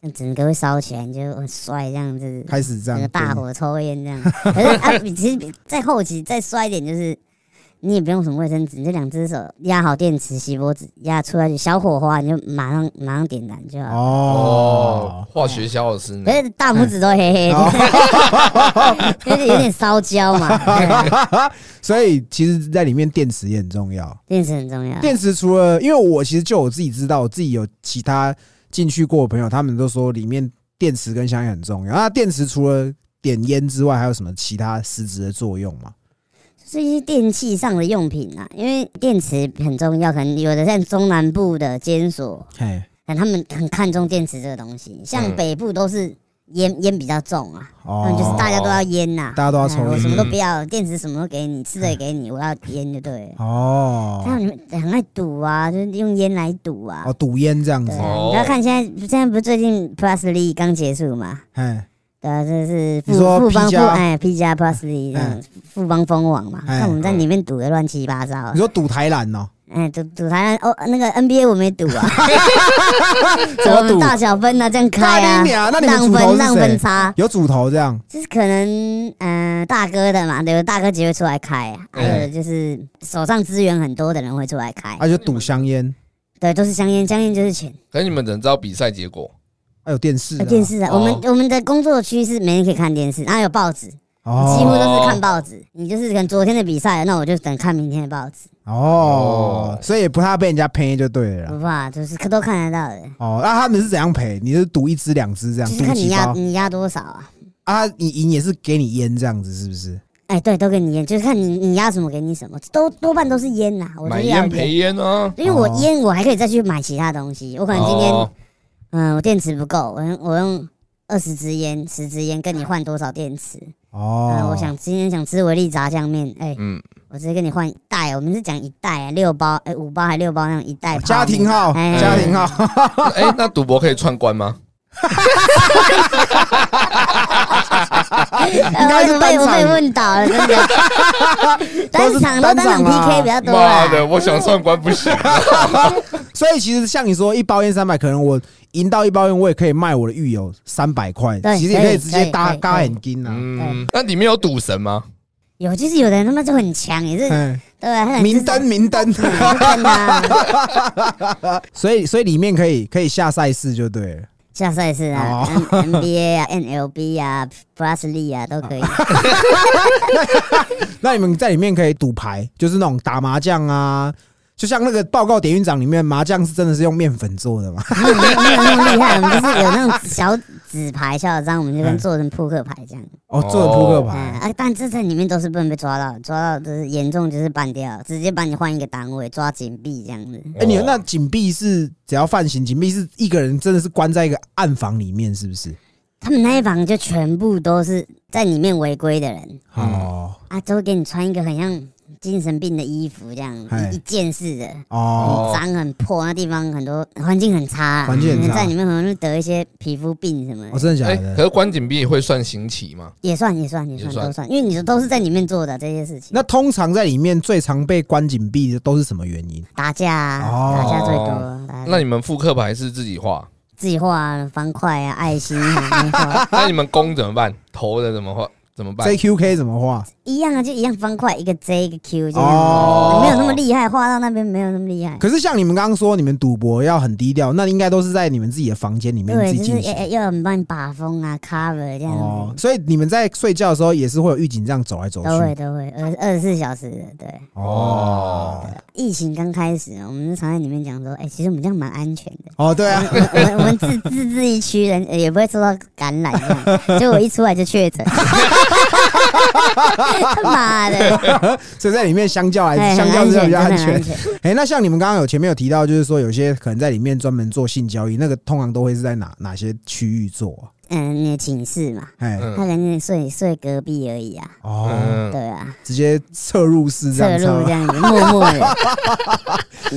C: 那整个会烧起来，你就很帅这样子，
A: 开始这
C: 整个
A: 样
C: 大火抽烟这样。 可是啊，你其实比再后期再衰一点，就是你也不用什么卫生纸，你就两只手压好电池、锡箔纸，压出来就小火花，你就马上马上点燃就好。
A: 哦哎
B: 哦，，化学小老师呢
C: 可？是大拇指都黑黑的，
A: 哦
C: 就是有点烧焦嘛。 对
A: 所以其实，在里面电池也很重要。
C: 电池很重要。
A: 电池除了，因为我其实就我自己知道，我自己有其他进去过的朋友，他们都说里面电池跟香烟很重要。那电池除了点烟之外，还有什么其他实质的作用吗？
C: 是一些电器上的用品啊，因为电池很重要，可能有的像中南部的监所，
A: 嘿，
C: 可能他们很看重电池这个东西，像
B: 嗯
C: 北部都是烟烟比较重啊，他
A: 哦
C: 们就是大家都要烟呐、
A: 大家都要抽
C: 哎我
A: 烟嗯
C: 什么都不要，电池什么都给你，吃的也给你，我要烟就对了。他
A: 哦
C: 们很爱赌啊，就是用烟来赌啊
A: 哦，。赌烟这样子
C: 对，啊，
B: 哦
C: 你不要看现在，现在不是最近 Plus Lee 刚结束嘛？
A: 嘿，
C: 对啊，这是
A: 你说
C: 富富
A: P
C: 邦富
A: 加
C: 哎 P 加 Plus Lee 这样富邦蜂王嘛，
A: 哎
C: 看我们在里面赌的乱七八糟啊
A: 你。说赌台篮 哦，
C: 哎，赌赌台哦，那个 NBA 我没赌啊，
A: 怎么赌
C: 我们大小分啊，这样开
A: 那
C: 啊
A: 你，俩，那你们
C: 让
A: 主头
C: 分
A: 是
C: 让分
A: 谁？
C: 差，
A: 有主头这样，
C: 就是可能嗯、呃大哥的嘛，有大哥姐会出来开啊，还
B: 哎
C: 有就是手上资源很多的人会出来开，
A: 啊就赌香烟，
C: 对，都是香烟，香烟就是钱。
B: 可是你们怎么知道比赛结果？
A: 还有电视啊，
C: 呃电视啊，
B: 哦
C: 我们我们的工作区是每天可以看电视，然啊后有报纸，几乎
A: 哦
C: 都是看报纸。你就是可能昨天的比赛，那我就等看明天的报纸，
A: 哦
B: 哦，
A: 所以也不怕被人家赔就对了
B: 啊
A: 啦。
C: 不怕，就是都看得到的。
A: 哦，那他们是怎样赔？你是赌一只、两只这样，
C: 就是
A: 赌
C: 看你
A: 几
C: 压
A: 包
C: 你压多少啊？
A: 啊？你赢也是给你烟这样子，是不是？
C: 哎，对，都给你烟，就是看你你压什么给你什么，都多半都是烟呐、我就
B: 买
C: 是要
B: 烟赔烟啊！
C: 因为我烟我还可以再去买其他东西。我可能今天
B: 哦
C: 嗯、我电池不够，我用我用二十支烟、十支烟跟你换多少电池？嗯、
A: 哦，
C: 我想今天想吃维力炸酱面，哎、
B: 嗯，
C: 我直接跟你换一袋，我们是讲一袋啊，六包，哎、五包还六包那种一袋泡面。
A: 哦家庭号，
C: 哎
A: 家庭 号，
B: 哎，那赌博可以串 关吗？
C: 呃
A: 应该是
C: 我被我
A: 单
C: 被
A: 场
C: 问倒了，真的。 单场都
A: 单
C: 单
A: 场
C: 场
A: 啊
C: PK 比较多
B: 妈
C: 啦。
B: 的，我想串关不行。
A: 所以其实像你说，一包烟三百，可能我赢到一包烟，我也可以卖我的狱友三百块，
C: 对
A: 其实也可以直
C: 可
A: 接
C: 以可以
A: 搭
C: 可以
A: 搭
C: 可以
A: 眼金啊。
B: 嗯，那里面有赌神吗？
C: 有就是有的人他妈就很强，也是
A: 嗯，
C: 对啊吧？他很
A: 明灯明灯，
C: 看啊，
A: 所以所以里面可以可以下赛事就对了。
C: 下赛事啊
A: 哦
C: ，N NBA 啊，NLB 啊，Presley 啊都可以。
A: 那你们在里面可以赌牌，就是那种打麻将啊，就像那个报告典狱长里面麻将是真的是用面粉做的嘛？
C: 没有没
A: 嗯
C: 有没有那么厉害，我们就是有那种小纸牌、小张，我们就跟做成扑克牌这样。
A: 哦，做的扑克
C: 嗯
A: 牌。
C: 啊，但这在里面都是不能被抓到，抓到就是严重就是办掉，直接把你换一个单位，抓紧闭这样子。
A: 哎、你
B: 哦
A: 那紧闭是只要犯刑，紧闭是一个人真的是关在一个暗房里面，是不是？
C: 他们那一房就全部都是在里面违规的人
B: 嗯
A: 哦
C: 啊，都会给你穿一个很像精神病的衣服这样，
A: 嗨
C: 一一件式的。
A: 哦，
B: 哦
C: 很脏很破，那地方很多环境很差啊，
A: 环境很
C: 你们
A: 差
C: 在里面可能会得一些皮肤病什么
A: 我、
C: 的，
A: 哦真的假
B: 哎，可
A: 的？
B: 是关紧闭会算刑期吗？
C: 也算也算也
B: 也
C: 算
B: 算
C: 都算，因为你都是在里面做的这些事情，
A: 那通常在里面最常被关紧闭的都是什么原因？
C: 打架啊
A: 哦
C: 打架最多，
A: 哎
C: 打
B: 那你们复刻牌是自己 画，
C: 自己画啊方块啊、爱心啊，没错
B: 那你们弓怎么办？头的怎么画？怎么办？
A: JQK 怎么画？
C: 一样啊，就一样方块，一个 J 一个 Q 这样，
A: 哦
C: 没有那么厉害，画到那边没有那么厉害。
A: 可是像你们刚刚说，你们赌博要很低调，那应该都是在你们自己的房间里面自
C: 对，
A: 己
C: 就是
A: 进
C: 要
A: 行。
C: 要要有人帮你把风啊、cover 这样
A: 哦，
C: 子，
A: 所以你们在睡觉的时候也是会有狱警这样走来走
C: 都
A: 去。
C: 会都会二二十四小时的。对，
A: 哦
C: 疫情刚开始，我们常在里面讲说，哎，其实我们这样蛮安全的。
A: 哦，对啊，
C: 我们我们自自治一区人呃也不会受到感染，这样。结果我一出来就确诊，他妈的，
A: 所以在里面相较来，
C: 哎
A: 相
C: 很
A: 较
C: 安
A: 之下比较安
C: 全，真的很安
A: 全。
C: 全。
A: 哎、那像你们刚刚有前面有提到，就是说有些可能在里面专门做性交易，那个通常都会是在哪哪些区域做、啊？
C: 嗯你的寝室嘛，
A: 哎，
B: 嗯
C: 他可能睡睡隔壁而已啊，
A: 哦，
B: 嗯，
C: 对啊，
A: 直接侧入式这
C: 侧
A: 样啊唱
C: 入这样子，默默的，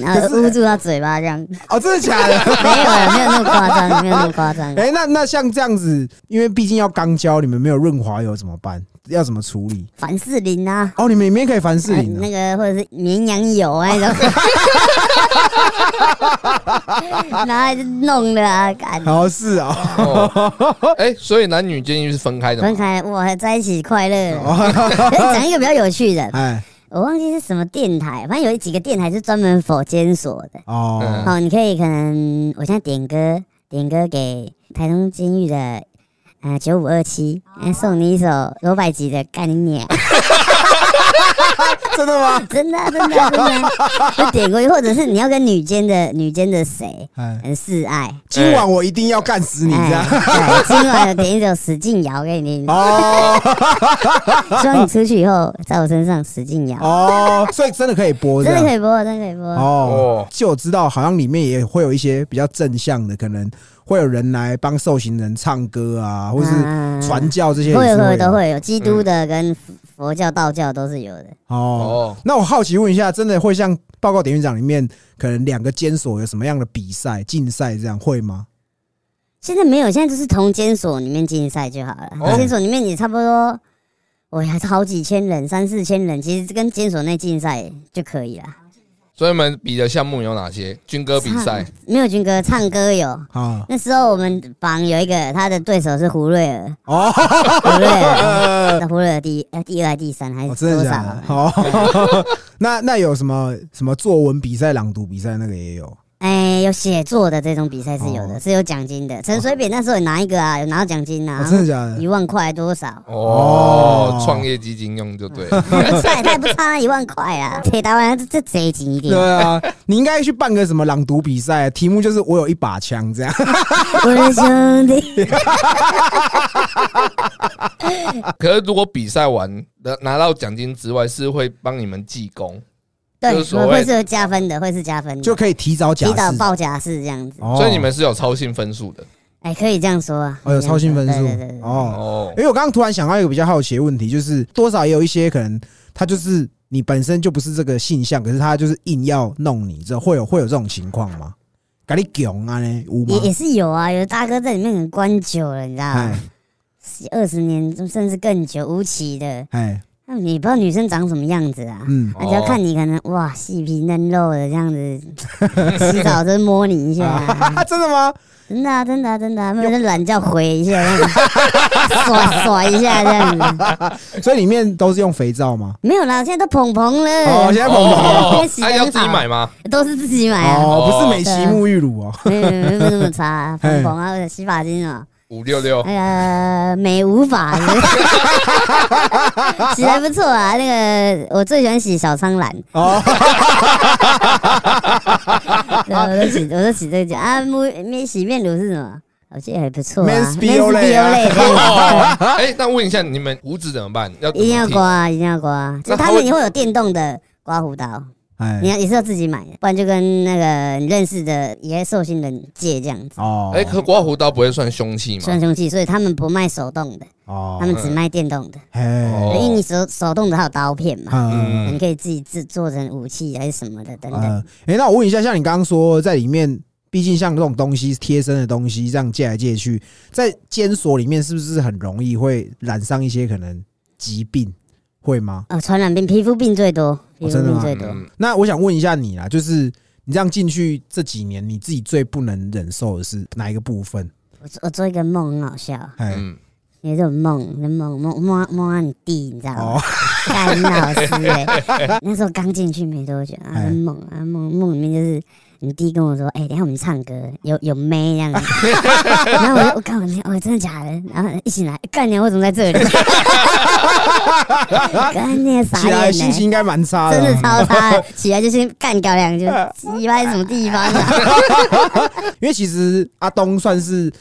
C: 然后捂住他嘴巴这样，没
A: 哦，真的假的？
C: 有了，没有那么夸张，没有那么夸张。
A: 哎，那那像这样子，因为毕竟要刚教，你们没有润滑油怎么办？要怎么处理？
C: 凡士林啊，
A: 哦，你们里面可以凡士
C: 呃
A: 林啊
C: 那个或者是绵羊油啊那种，然后弄的啊，干
A: 哦，是啊，
B: 哦，哎，所以男女建议是分开的
C: 分
B: 嘛？
C: 开哇，在一起快乐了。可以讲一个比较有趣的，
A: 哎，
C: 我忘记是什么电台，反正有几个电台是专门否监所的。
A: 哦，
B: 嗯
C: 哦，你可以可能我现在点歌，点歌给台中监狱的。啊，九五二七，
A: 哦
C: 哎送你一首罗百吉的《干你娘》
A: 真的吗？
C: 真的啊、真的啊、真的啊、就点过去，或者是你要跟女监的女监的谁，
A: 哎，
C: 嗯，示爱，
A: 今晚我一定要干死你这样。
C: 哎，对今晚有点一首使劲摇给你听，
A: 哦
C: 希望你出去以后在我身上使劲摇，
A: 哦，所以真的可以播这
C: 真的可
A: 样。
C: 以播，真的可以播。
A: 哦
B: 哦，
A: 就我知道，好像里面也会有一些比较正向的，可能会有人来帮受刑人唱歌啊，或是
C: 嗯
A: 传嗯教这些也
C: 会
A: 是
C: 有会有
A: 的
C: 都会有，基督的跟佛佛教、道教都是有的。
A: 哦。
B: 哦，
A: 那我好奇问一下，真的会像《报告典狱长》里面，可能两个监所有什么样的比赛、竞赛这样会吗？
C: 现在没有，现在就是同监所里面竞赛就好
B: 哦
C: 了。监所里面也差不多，我还是好几千人，三四千人，其实跟监所内竞赛就可以了。
B: 所以你们比的项目有哪些？军歌比赛？
C: 唱没有军歌，唱歌有。
A: 啊，
C: 那时候我们榜有一个，他的对手是胡瑞尔，
A: 哦，
C: 胡瑞 尔，那胡瑞尔第一，呃，第二、第三还
A: 哦
C: 是
A: 真的
C: 多
A: 假
C: 少
A: 的？？哦， 那那有什么什么作文比赛、朗读比赛那个也有
C: 哎，有写作的这种比赛是有
A: 哦
C: 的，是有奖金的。陈水扁那时候也拿一个啊，有拿到奖金
A: 哦
C: 啊，
A: 真的假的？
C: 一万块多少
B: 哦
A: 哦，
B: 创业基金用就对了。
C: 不差，他也不差那一万块啊！铁打完这这贼紧一点
A: 对，啊，你应该去办个什么朗读比赛，题目就是“我有一把枪”这样。
C: 我的兄弟，
B: 可是如果比赛完拿拿到奖金之外，是会帮你们记功，
C: 对，
B: 就是所谓
C: 我会是有加分的，会是加分的，
A: 就可以提早假
C: 提早
A: 释。
C: 报假释这样子。
A: 哦
B: 所以你们是有超性分数的
C: 哎，可以这样说啊，
A: 哦有超新分
C: 对对对
A: 数
C: 对对，
A: 哦。
B: 哦
A: 因。为我刚刚突然想到一个比较好奇的问题，就是多少也有一些可能他就是你本身就不是这个性向，可是他就是硬要弄你，这会有会有这种情况吗？咖喱囧啊呢，有
C: 也也
A: 吗？
C: 是有啊，有的大哥在里面可能关久了，你知道吗
A: 哎？
C: 二十年甚至更久，无期的，
A: 哎，
C: 那你不知道女生长什么样子啊？
A: 嗯，
C: 那只要看你可能哇细皮嫩肉的这 样子，洗澡就摸你一下啊，
A: 啊， 真的吗？
C: 真的啊真的啊真的啊，没有那懒觉回一下， 这样子耍耍一下这样子，
A: 所以里面都是用肥皂吗？
C: 没有啦，现在都捧捧
A: 哦，
C: 了，
A: 现在捧捧
B: 哦，
C: 洗得
B: 那
C: 很好
B: 要自己买吗？
C: 都是自己买啊，
A: 哦，不是美琪沐浴乳哦，
C: 没有没有没有那么 差啊，捧捧啊，或者洗发精啊，
B: 五六六
C: 那个美无法， 洗得还不错啊。那个我最喜欢洗小苍兰，
A: 哦，
C: 啊对我都 洗，我都洗这个啊。沐面洗面乳是什么？我觉得还不错啊
A: Men's Biolay 啊
C: Men's Biolay，这样
B: 哦
C: 子，
B: 哎，那问一下，你们胡子怎么办？要怎
C: 对
B: 么
C: 一定要
B: 剃
C: 刮，一定要刮。就
B: 那它
C: 他
B: 会
C: 们也会有电动的刮胡刀，
A: 哎
C: 你，要也是要自己买的，不然就跟那个你认识的一些受刑人借这样子。
A: 哦，
B: 哎，可刮胡刀不会算凶器吗？
C: 算凶器，所以他们不卖手动的，他
A: 哦，
C: 们只卖电动的。
A: 哎，
B: 哦
C: 因为你手手动的还有刀片嘛，
A: 嗯。
C: 你可以自己制做成武器还是什么的等等。
A: 呃，哎、那我问一下，像你刚刚说，在里面，毕竟像这种东西贴身的东西，这样借来借去，在监所里面是不是很容易会染上一些可能疾病，会吗？
C: 哦，传染病、皮肤病最多，皮肤
A: 哦真的
C: 病
A: 吗
C: 最多。
B: 嗯，
A: 那我想问一下你啦，就是你这样进去这几年，你自己最不能忍受的是哪一个部分？
C: 我做我做一个梦，很好笑，
A: 哎、
B: 嗯，
C: 有一种梦，那梦梦梦梦到你弟，你知道
A: 哦
C: 吗？干老师哎、 那时候刚进去没多久啊
A: 哎，
C: 梦啊梦梦里面就是。你弟跟我说：“哎、等一下我们唱歌，有有妹 这样子。”然后我就我靠，你我真的假的？然后一醒来，干你，我怎么在这里？ 干你，傻
A: 起
C: 眼、欸！
A: 来心情应该蛮差
C: 真
A: 的
C: 的
A: 哦，
C: 超差，起来就先干掉两句，鸡巴是什么地方啊？
B: 欸
A: 因为其实阿东算是。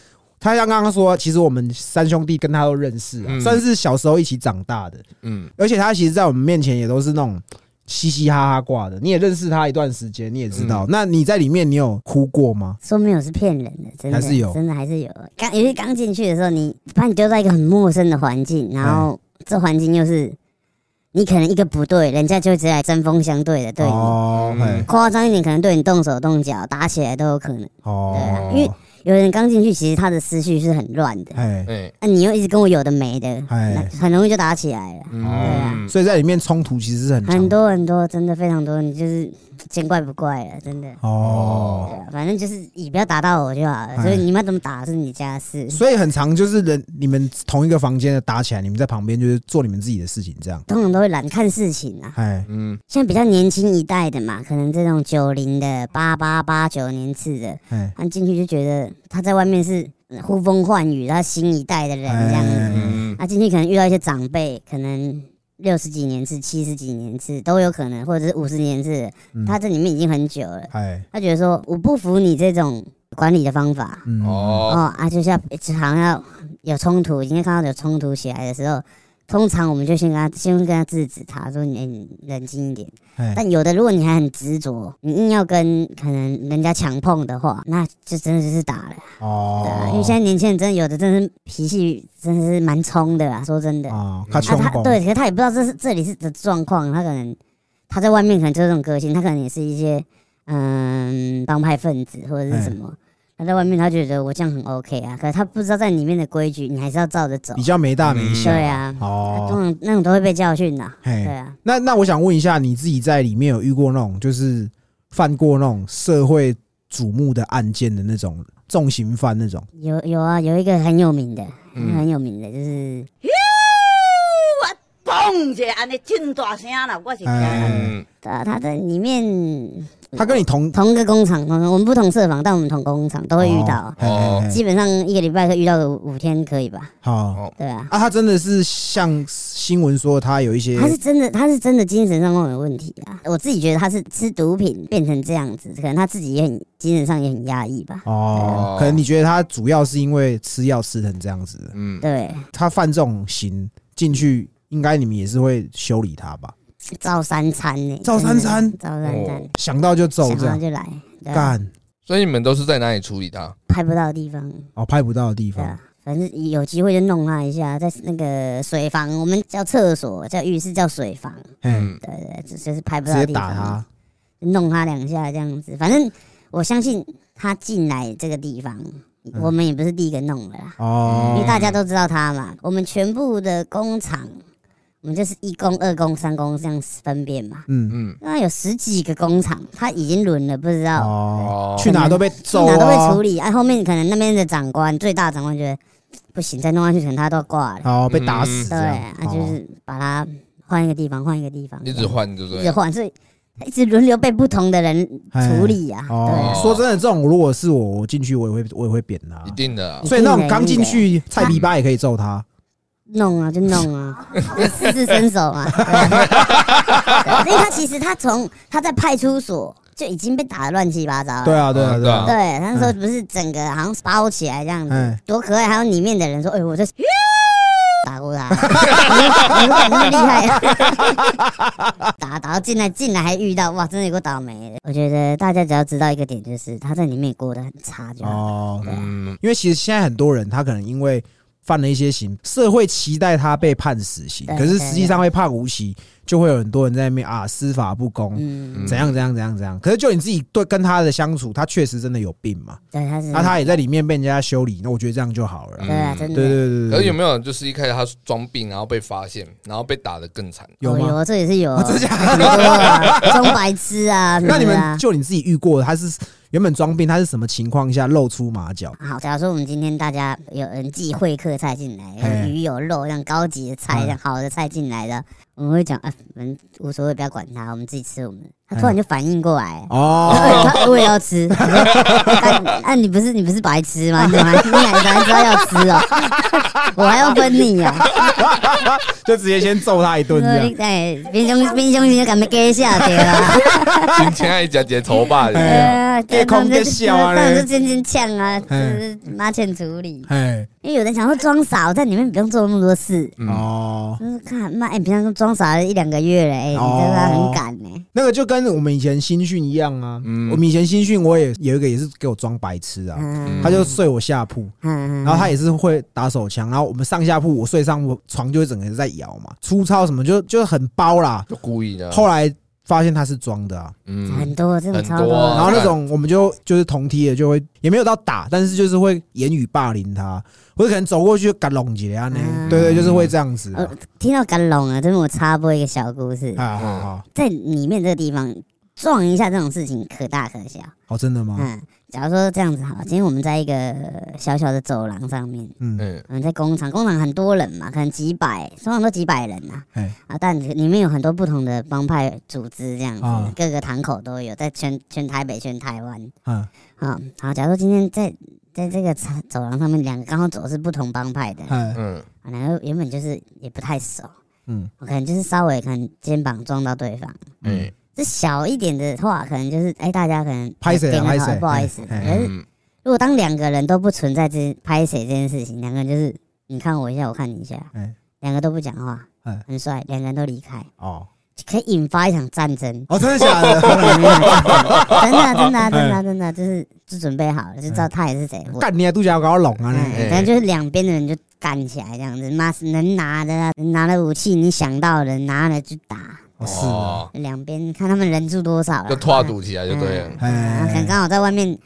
A: 他像刚刚说，其实我们三兄弟跟他都认识、啊，
B: 嗯
A: 算是小时候一起长大的。
B: 嗯，
A: 而且他其实，在我们面前也都是那种嘻嘻哈哈挂的，你也认识他一段时间，你也知
C: 嗯
A: 道。那你在里面你有哭过吗？
C: 说没有是骗人的，真的
A: 还是有
C: 真的还是有。刚尤其刚进去的时候，你把你丢到一个很陌生的环境，然后
A: 哎
C: 这环境又是你可能一个不对，人家就会直接来针锋相对的对你。
A: 哦，嘿
B: 嗯
C: 夸张一点，可能对你动手动脚，打起来都有可能。对啊
A: 哦，
C: 因为有人刚进去，其实他的思绪是很乱的，
A: 哎，
B: 哎，
C: 那、你又一直跟我有的没的，
A: 哎
C: 那很容易就打起来了。
B: 嗯，
A: 所以在里面冲突其实是很
C: 很
A: 常
C: 多很多，真的非常多，你就是见怪不怪了，真的。对
A: 哦，哎
C: 啊反正就是你不要打到我就好了，所以你们要怎么打是你家的事。
A: 所以很常就是人你们同一个房间的打起来，你们在旁边就是做你们自己的事情这样。
C: 通常都会懒看事情啊，
A: 哎，
B: 嗯，
C: 像比较年轻一代的嘛，可能这种九零的、八八八九年次的，
A: 哎，
C: 他进去就觉得他在外面是呃呼风唤雨，他新一代的人这样
A: 哎
C: 子，
B: 嗯，
C: 他进去可能遇到一些长辈，可能六十几年次、七十几年次都有可能，或者是五十年次的，
A: 嗯
C: 他这里面已经很久了，
A: 哎，
C: 他觉得说我不服你这种管理的方法，
A: 嗯，
B: 哦，
C: 哦啊，就是要好像要有冲突，今天看到有冲突起来的时候，通常我们就先跟他先跟他制止他，说你、哎你冷静一点。
A: 哎，
C: 但有的如果你还很执着，你硬要跟可能人家强碰的话，那就真的就是打了，对啊、因为现
A: 哦，
C: 在年轻人真的有的真的是脾气真的是蛮冲的啦，说真的。啊，
A: 啊，他冲
C: 他
A: 动，
C: 对，可是他也不知道这是这里是的状况，他可能他在外面可能就是这种个性，他可能也是一些嗯帮派分子或者是什
A: 哎
C: 么。他在外面，他觉得我这样很 OK 啊，可是他不知道在里面的规矩，你还是要照着走
A: 比。较没大
B: 嗯
A: 没小。
C: 对啊，他通
A: 哦，
C: 常那种都会被教训的、对
A: 嘿，
C: 啊，
A: 那那我想问一下，你自己在里面有遇过那种就是犯过那种社会瞩目的案件的那种重刑犯那种？
C: 有有啊，有一个很有名的，
B: 嗯
C: 很有名的就是
E: 嘣一下，安尼真大声啦，我是惊啦。
B: 嗯，
C: 呃，他在里面
A: 他跟你同
C: 同个工厂，同个我们不同社房，但我们同工厂都会遇到，
A: 哦，嘿嘿嘿
C: 基本上一个礼拜可以遇到个五天可以吧？
A: 好
C: 对啊，
A: 啊，他真的是像新闻说他有一些
C: 他是真的，他是真的精神上有问题啊！我自己觉得他是吃毒品变成这样子，可能他自己也很精神上也很压抑吧。
A: 哦
B: 哦，
A: 可能你觉得他主要是因为吃药吃成这样子，
B: 嗯，
C: 对，
A: 他犯这种刑进去，应该你们也是会修理他吧？
C: 照三餐呢，
A: 照三餐
C: 真的照三餐，
A: 想到就揍
C: 想
A: 这
C: 到
A: 样
C: 就来，对啊，
A: 干
B: 所以你们都是在哪里处理它？
C: 拍不到的地方，
A: 哦，拍不到的地
C: 对
A: 方
C: 啊。反正有机会就弄他一下，在那个水房，我们叫厕所，叫浴室，叫水房，
A: 嗯，
B: 嗯，
C: 对对，对就是拍不
A: 直
C: 到的
A: 接
C: 地
A: 打
C: 方。
A: 他，
C: 弄他两下这样子。反正我相信他进来这个地方，
A: 嗯
C: 我们也不是第一个弄的啦，因
A: 哦
C: 为大家都知道他嘛。我们全部的工厂，我们就是一工、二工、三工这样分辨嘛。
A: 嗯，
B: 嗯，
C: 那有十几个工厂，他已经轮了，不知道
A: 哦
B: 哦，
A: 去哪都被
C: 去
A: 揍
C: 哪都会
A: 啊
C: 处，理。啊，后面可能那边的长官，最大的长官觉得嘖不行，再弄下去可能他都要挂了。
A: 哦，被打死这哦
C: 对，
A: 样，
B: 嗯
C: 啊，就是把他换一个地方，换一个地方，
B: 一直换，对不
C: 一直
B: 对？
C: 换，所以他一直轮流被不同的人处理啊。对啊
A: 哦。哦，说真的，这种如果是我，我进去我也会我也会扁他
B: 一，定的啊，
A: 所以那种
C: 一定的
A: 刚进
C: 一定的
A: 去菜逼吧也可以揍他，
C: 弄啊，就弄啊，就四字伸手嘛。对啊 因为他其实他从他在派出所就已经被打得乱七八糟了。
A: 对啊，对啊，
B: 嗯
A: 对啊
B: 对，
C: 对，他那时候不是整个好像包起来这样
A: 嗯
C: 子，多可爱！还有里面的人说：“ 哎，我这打过他，你敢那么厉害？啊 打打到进来，进来还遇到哇，真的有个倒霉的。我觉得大家只要知道一个点，就是他在里面也过得很差就好。
A: 哦，
B: 啊嗯，
A: 因为其实现在很多人他可能因为犯了一些刑，社会期待他被判死刑，
C: 对
A: 可是实际上会判无期，就会有很多人在那边啊司法不公，
C: 嗯，
A: 怎样怎样怎样怎样。可是就你自己对跟他的相处，他确实真的有病嘛，
C: 对，他是
A: 那他也在里面被人家修理，那我觉得这样就好了
C: 嗯
B: 嗯
C: 对
A: 啦。
C: 啊，真
A: 对
C: 的
A: 对对对
B: 可是有
A: 对，
B: 没有就是一开始他装病，然后被发现，然后被打得 更惨？
A: 有
C: 哦
A: 吗？
C: 有，这也是有，
A: 真假
C: 很多 啊，装白痴啊，什么
A: 那你
C: 的
A: 们
C: 啊。
A: 就你自己遇过，他是原本装病，他是什么情况下露出马脚？
C: 好，假如说我们今天大家有人寄会客菜进来，
A: 嘿
C: 有鱼有肉，让高级的
A: 嗯
C: 菜，啊让好的菜进来的，我们会讲，哎，我们无所谓，不要管它，我们自己吃我们的。他突然就反应过来，
A: 嗯哦，
C: 我我也要吃。我说啊啊，你不是你不是白痴吗？你怎么还你哪哪知道要吃 哦？我还要分你啊！
A: 就直接先揍他一顿这
C: 说
A: 样
C: 你。哎，冰箱冰箱就敢没给下去啦。
B: 今天爱讲节仇吧，
A: 哎
C: 呃，
A: 给空给小啊
C: 当然
A: 嘞
C: 就尖尖呛啊，就
A: 哎
C: 是妈欠处理。
A: 哎，
C: 因为有人想说装傻，我在里面不用做那么多事。
B: 嗯
A: 哦，
C: 就是看妈，哎、你平常都装傻一两个月了，哎、你真的很敢呢、
A: 那个就跟我们以前新训一样啊。
B: 嗯
A: 我们以前新训，我也有一个也是给我装白痴啊，
C: 嗯
A: 他就睡我下铺，
C: 嗯，
A: 然后他也是会打手枪，然后我们上下铺，我睡上铺床就会整个人在摇嘛，粗糙什么就就很包啦。
B: 就故意的。
A: 后来发现他是装的啊，
B: 嗯，
C: 很多这种
B: 很
C: 超
B: 多啊
A: 然后那种我们就就是同梯的就会也没有到打，但是就是会言语霸凌他，或者可能走过去就嘎拢几下呢，
C: 嗯
A: 啊对对，就是会这样子啊
C: 呃。，听到感龙啊，这是我插播一个小故事，
A: 啊，好好
C: 在里面这个地方撞一下这种事情可大可小。
A: 好，哦真的吗？
C: 嗯，假如说这样子好，今天我们在一个小小的走廊上面，
A: 嗯，
B: 嗯
C: 我们在工厂，工厂很多人嘛，可能几百，通常都几百人呐、
A: 哎，
C: 啊，但里面有很多不同的帮派组织这样子，
A: 啊
C: 各个堂口都有，在全全台北、全台湾。
A: 嗯，
C: 啊、好，假如说今天在在这个走走廊上面，两个刚好走的是不同帮派的，啊
A: 哎，
B: 嗯
C: 两个原本就是也不太熟，
A: 嗯，
C: 我可能就是稍微可能肩膀撞到对方，
A: 哎
B: 嗯
C: 这小一点的话，可能就是哎、大家可能
A: 拍谁
C: 点
A: 啊？拍
C: 个头
A: 谁？
C: 不好意思。
A: 哎
C: 可
A: 哎
C: 是
B: 嗯
C: 如果当两个人都不存在这拍谁这件事情，两个人就是你看我一下，我看你一下，
A: 哎
C: 两个都不讲话
A: 哎，
C: 很帅，两个人都离开，
A: 哦
C: 可以引发一场战争。
A: 哦，真的假的？
C: 真的啊，真的啊，真的啊，真的啊，就是就准备好了，就知道他也是谁，我
A: 哎干你的肚脐搞拢啊！你
C: 嗯，反正就是两边的人就干起来这样子，妈能拿的啊能拿的武器，你想到的拿了就打，
A: 哦是啊，
B: 哦，
C: 两边看他们人数多少了，啊
B: 就拖赌起来就对了
C: 嗯。然后可能
A: 哎，
C: 刚好在外面，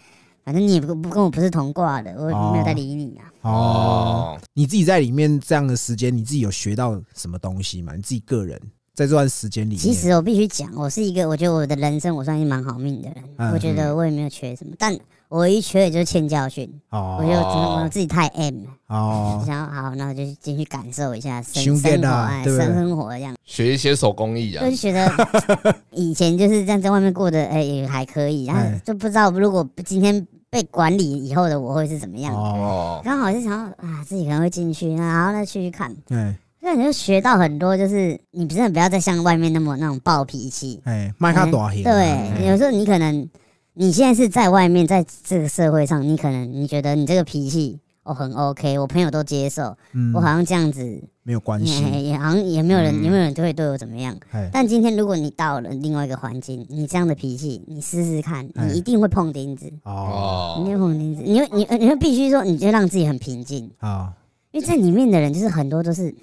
C: 反正你也不不跟我不是同挂的，我
A: 哦
C: 也没有在理你啊。
A: 哦，你自己在里面这样的时间，你自己有学到什么东西吗？你自己个人在这段时间里面，
C: 其实我必须讲，我是一个我觉得我的人生我算是蛮好命的人，
A: 嗯
C: 我觉得我也没有缺什么，但我一缺的就是欠教训，我
A: 哦
C: 就觉得我自己太 M 了，
A: 哦，
C: 想要好，那我就进去感受一下
A: 想
C: 生
A: 念
C: 生活，
A: 啊
C: 哎，
A: 对不对
C: 生生活这样。
B: 学一些手工艺啊
C: 就，觉得 以前就是这样在外面过的，哎、也还可以，然后
A: 哎
C: 就不知道如果今天被管理以后的我会是怎么样。
A: 哦，
B: 哦，
C: 刚好是想要啊，自己可能会进去，然后呢去看，
A: 哎
C: 那你就学到很多，就是你真的不要再像外面那么那种暴脾气。
A: 哎，麦克短型，哎
C: 对，有时候你可能你现在是在外面，在这个社会上，你可能你觉得你这个脾气哦很 OK，我朋友都接受，
A: 嗯
C: 我，好像这样子
A: 没有关
C: 也
A: 系，
C: 也好像也没有人、
B: 嗯
C: 也没有人会对我怎么样。
A: 哎，
C: 但今天如果你到了另外一个环境，你这样的脾气，你试试看，
A: 哎
C: 你一定会碰钉子，
A: 哦
C: 你
B: 哦，
C: 会碰钉子，你会你你会必须说，你就让自己很平静，
A: 啊
C: 因为在里面的人就是很多都是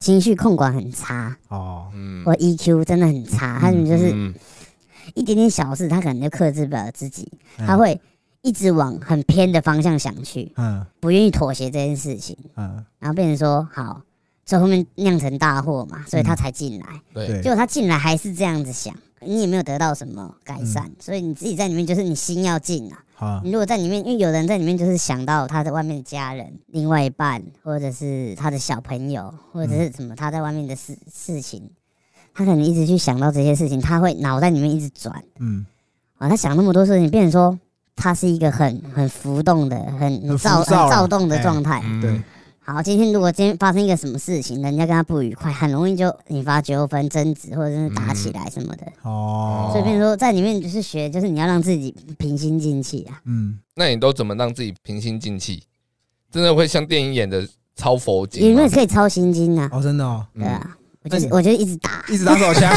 C: 情绪控管很差，
A: 哦，
B: 嗯，
C: 或 EQ 真的很差，他们就是
B: 嗯
C: 一点点小事，他可能就克制不了自己，
B: 嗯
A: 哎
C: 他会一直往很偏的方向想去，
A: 嗯
C: 不愿意妥协这件事情，
A: 嗯，
C: 然后变成说好，最后面酿成大祸嘛，所以他
A: 嗯
C: 才进来。
B: 对，
A: 对
C: 结，果他进来还是这样子想，你也没有得到什么改善，
B: 嗯
C: 所以你自己在里面就是你心要静啊。
A: 好
C: 你，如果在里面，因为有人在里面就是想到他在外面的家人、另外一半，或者是他的小朋友，或者是
A: 嗯
C: 什么他在外面的事事情，他可能一直去想到这些事情，他会脑袋里面一直转
A: 嗯，
C: 啊，他想那么多事情，变成说他是一个很很浮动的、很
A: 浮
C: 躁、很
A: 躁啊
C: 躁动的
A: 哎
C: 状态。
B: 嗯
A: 对，
C: 好，今天如果今天发生一个什么事情，人家跟他不愉快，很容易就引发纠纷、争执，或者是打起来什么的。
A: 嗯哦，
C: 所以，变成说在里面就是学，就是你要让自己平心静气啊。
A: 嗯，
B: 那你都怎么让自己平心静气？真的会像电影演的超佛
C: 有
B: 经
C: 没
B: 吗
C: 有？可以抄心经啊？
A: 哦，真的哦，
C: 对啊，我
A: 那
C: 就是
A: 你
C: 我就一直打，
A: 一直打 手枪，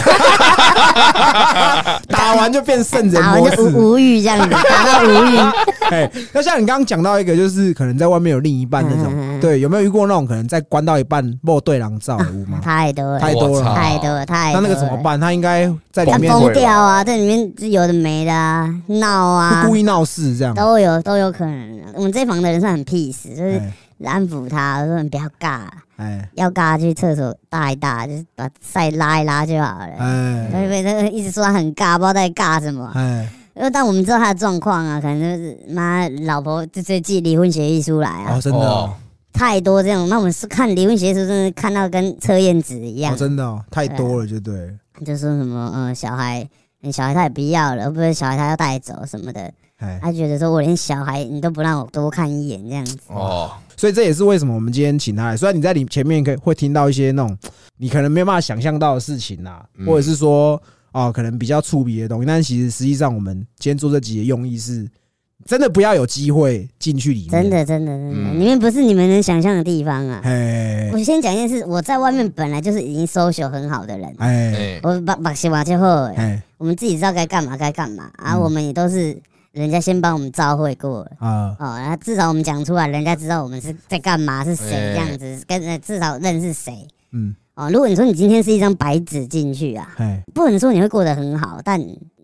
A: 打完就变圣人
C: 打
A: 模
C: 完
A: 式
C: 就，无无欲这样子，打到无欲。
A: 哎，那像你刚刚讲到一个，就是可能在外面有另一半那种，
C: 嗯
A: 对，有没有遇过那种可能在关到一半莫对狼照屋吗？
C: 太多了，
A: 太多了
C: 太多了，太
A: 那
C: 多了。
A: 那个怎么？办？他应该在里
C: 他
A: 面
B: 崩
A: 会
C: 疯掉啊，在里面是有的没的啊，闹啊
A: 故，意闹事这样，
C: 都有都有可能啊。我们这一房的人算很 peace，就是
A: 哎
C: 安抚他，说你不要尬啊。
A: 哎
C: 要尬去厕所大一大，就是把塞拉一拉就好了。
A: 哎
C: 他就被那个一直说他很尬，不知道在尬什么。啊
A: 哎
C: 因为但我们知道他的状况啊，可能就是妈老婆就最寄离婚协议出来啊
A: 哦，，真的哦，
C: 太多这种。那我们是看离婚协议书，真的看到跟测验纸一
A: 哦
C: 样，
A: 真的哦，太多了，就对了，
C: 就说什么呃小孩你小孩他也不要了，不是小孩他要带走什么的，
A: 哎，
C: 他觉得说我连小孩你都不让我多看一眼这样子。
B: 哦，
A: 所以这也是为什么我们今天请他来。虽然你在你前面可以会听到一些那种你可能没有办法想象到的事情啦，
B: 嗯
A: 或者是说啊、可能比较触鼻的东西，但其实实际上我们今天做这集的用意是，真的不要有机会进去里面。
C: 真，的，真的，真的，
B: 嗯
C: 里面不是你们能想象的地方啊！
A: 哎
C: 我先讲一件事，我在外面本来就是已经 social 很好的人，
A: 哎
B: 哎，
C: 我把把西瓦之后，
A: 哎
C: 我们自己知道该干嘛该干嘛啊，我们也都是人家先帮我们召会过了。
A: 啊，
C: 哦，然后至少我们讲出来，人家知道我们是在干嘛，是谁这样子，跟呃至少认识谁。
A: 嗯，
C: 哦，如果你说你今天是一张白纸进去啊，
A: 哎，
C: 不能说你会过得很好，但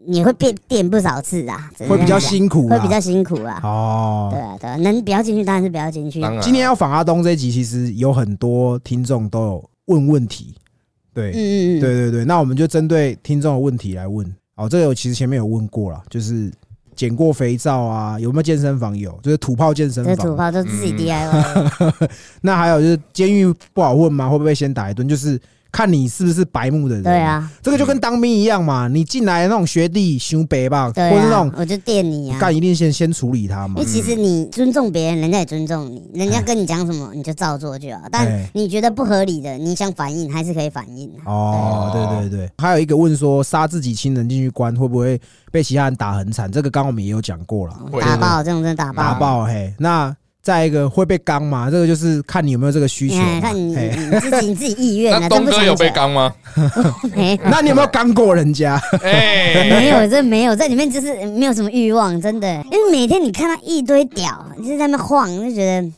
C: 你会变垫不少次啊，只能
A: 会比较
C: 这样
A: 辛苦啦，
C: 讲会比较辛苦啊。对
A: 哦。
C: 啊，对啊，能不要进去当然是不要进去。
B: 当然，
A: 今天要访阿东这一集，其实有很多听众都有问问题，对，
C: 嗯嗯嗯，
A: 对对对，那我们就针对听众的问题来问。哦，这个我其实前面有问过了，就是捡过肥皂啊，有没有健身房有？就是土炮健身
C: 这土
A: 房。
C: 炮都自己
B: 嗯
C: DIY，
A: 那还有就是监狱不好问吗？会不会先打一顿？就是看你是不是白目的人。
C: 对，啊，
A: 这个就跟当兵一样嘛，你进来那种学弟胸白吧，
C: 对
A: 或是那
C: 啊
A: 种，
C: 我就电你啊。
A: 干一定先先处理他嘛
C: 因为。其实你尊重别人，人家也尊重你，人家跟你讲什么你就照做就好。但
A: 哎
C: 你觉得不合理的，你想反应还是可以反应啊。
A: 哦，对对对，还有一个问说杀自己亲人进去关会不会被其他人打很惨？这个刚刚我们也有讲过了。
B: 会
C: 打爆这种真的打
A: 打
C: 爆。哎
A: 爆嘿。那再一个会被刚嘛？这个就是看你有没有这个需求
C: 哎
A: 嘛。
C: 看你
A: 嘿
C: 你自己你自己意愿啊，
B: 那
C: 这
B: 东
C: 不
B: 哥
C: 想
B: 有被
C: 讲
B: 刚 吗？
C: 没有
A: 那你有没有刚过人家？
B: 哎，
C: 没有，这没有，在里面就是没有什么欲望，真的。因为每天你看到一堆屌，你就在那边晃，就觉得，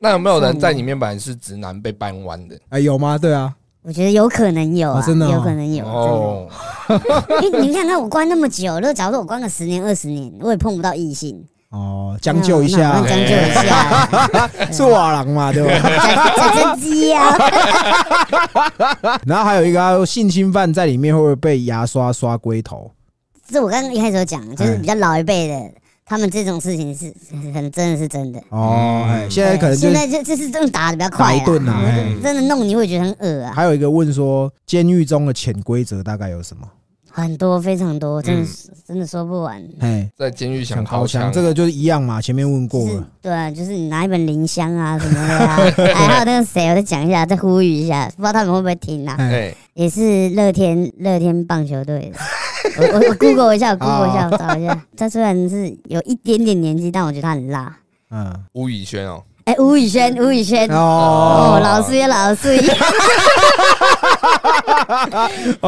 B: 那有没有人在里面本来是直男被掰弯的？
A: 哎，有吗？对啊，
C: 我觉得有可能有啊，
A: 哦真的哦
C: 有可能有。
B: 哦，
C: 真的因为你看看我关那么久，如果假如说我关个十年二十年，我也碰不到异性，
A: 哦，将就一下
C: 嗯那我，将就一下，
A: 是瓦郎嘛，对吧？
B: 哎
C: 假真鸡啊，
A: 然后还有一个啊性侵犯在里面会不会被牙刷刷龟头？
C: 这我刚刚一开始有讲，
A: 哎
C: 就是比较老一辈的。他们这种事情是很真的是真的，
A: 哦，
B: 嗯
A: 哎，现在可能就
C: 现在就就是这种打的比较
A: 打
C: 快
A: 一顿
C: 啦，
A: 啊。嘿
B: 嗯
C: 真的弄你会觉得很恶啊。
A: 还有一个问说，监狱中的潜规则大概有什么？
C: 很多，非常多，真的、是真的说不完。
A: 哎，
B: 在监狱想
A: 想
B: 掏
A: 掏
B: 枪
A: 枪，这个就是一样嘛，前面问
C: 就
A: 过
C: 是
A: 了。
C: 对啊，就是你拿一本林香啊什么的 啊，哎，还有那个谁，我再讲一下，再呼吁一下，不知道他们会不会 听啊？
A: 哎，
B: 哎，
C: 也是乐天乐天棒球队的，我我我 Google 一下，我
A: 啊
C: Google 一下，我找一下。他虽然是有一点点年纪，但我觉得他很辣。
A: 嗯，
B: 吴宇轩哦，
C: 哎，吴宇轩，吴宇轩，
A: 哦
C: 哦，哎老师老师
A: ，OK
C: 很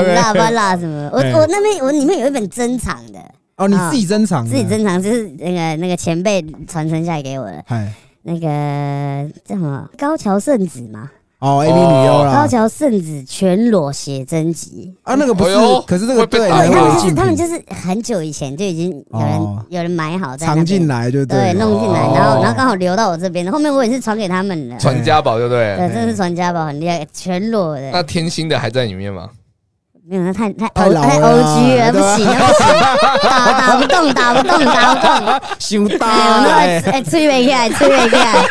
A: OK，
C: 辣不知道辣什么？我
A: 哎
C: 我那边我里面有一本珍藏的，
A: 哦，你自己珍藏，
C: 啊自己，珍藏，就是那个那个前辈传承下来给我的。
A: 哎，
C: 那个叫什么高桥圣子嘛，
A: 哦，A B 女优啦
C: 高，桥圣子全裸写真集。
A: 啊，那个不是
B: 哎呦，
A: 可是这个
B: 会被
A: 对
B: 打哎
C: 对，
A: 人
C: 他
B: 那
A: 会
C: 们
B: 个
C: 就是
A: 竞
C: 他们
A: 品
C: 就是很久以前就已经有人、
A: 哦
C: 有人买好在那
A: 藏
C: 边
A: 进来就
C: 对，
A: 了
C: 弄进来，
B: 哦
C: 然后然后刚好流到我这边，后面我也是传给他们的。
B: 传家宝对不对？
C: 对，真的是传家宝，很厉害，全裸
B: 那
C: 的，
B: 天星的还在里面吗？
C: 没有，那太太
A: 太老了
C: 太 O G 了，不
A: 对吧
C: 行，那不 行，打打不动，打不动，打不动，
A: 羞答
C: 哎，我
A: 嘞
C: 那哎吹不起来，吹不起来，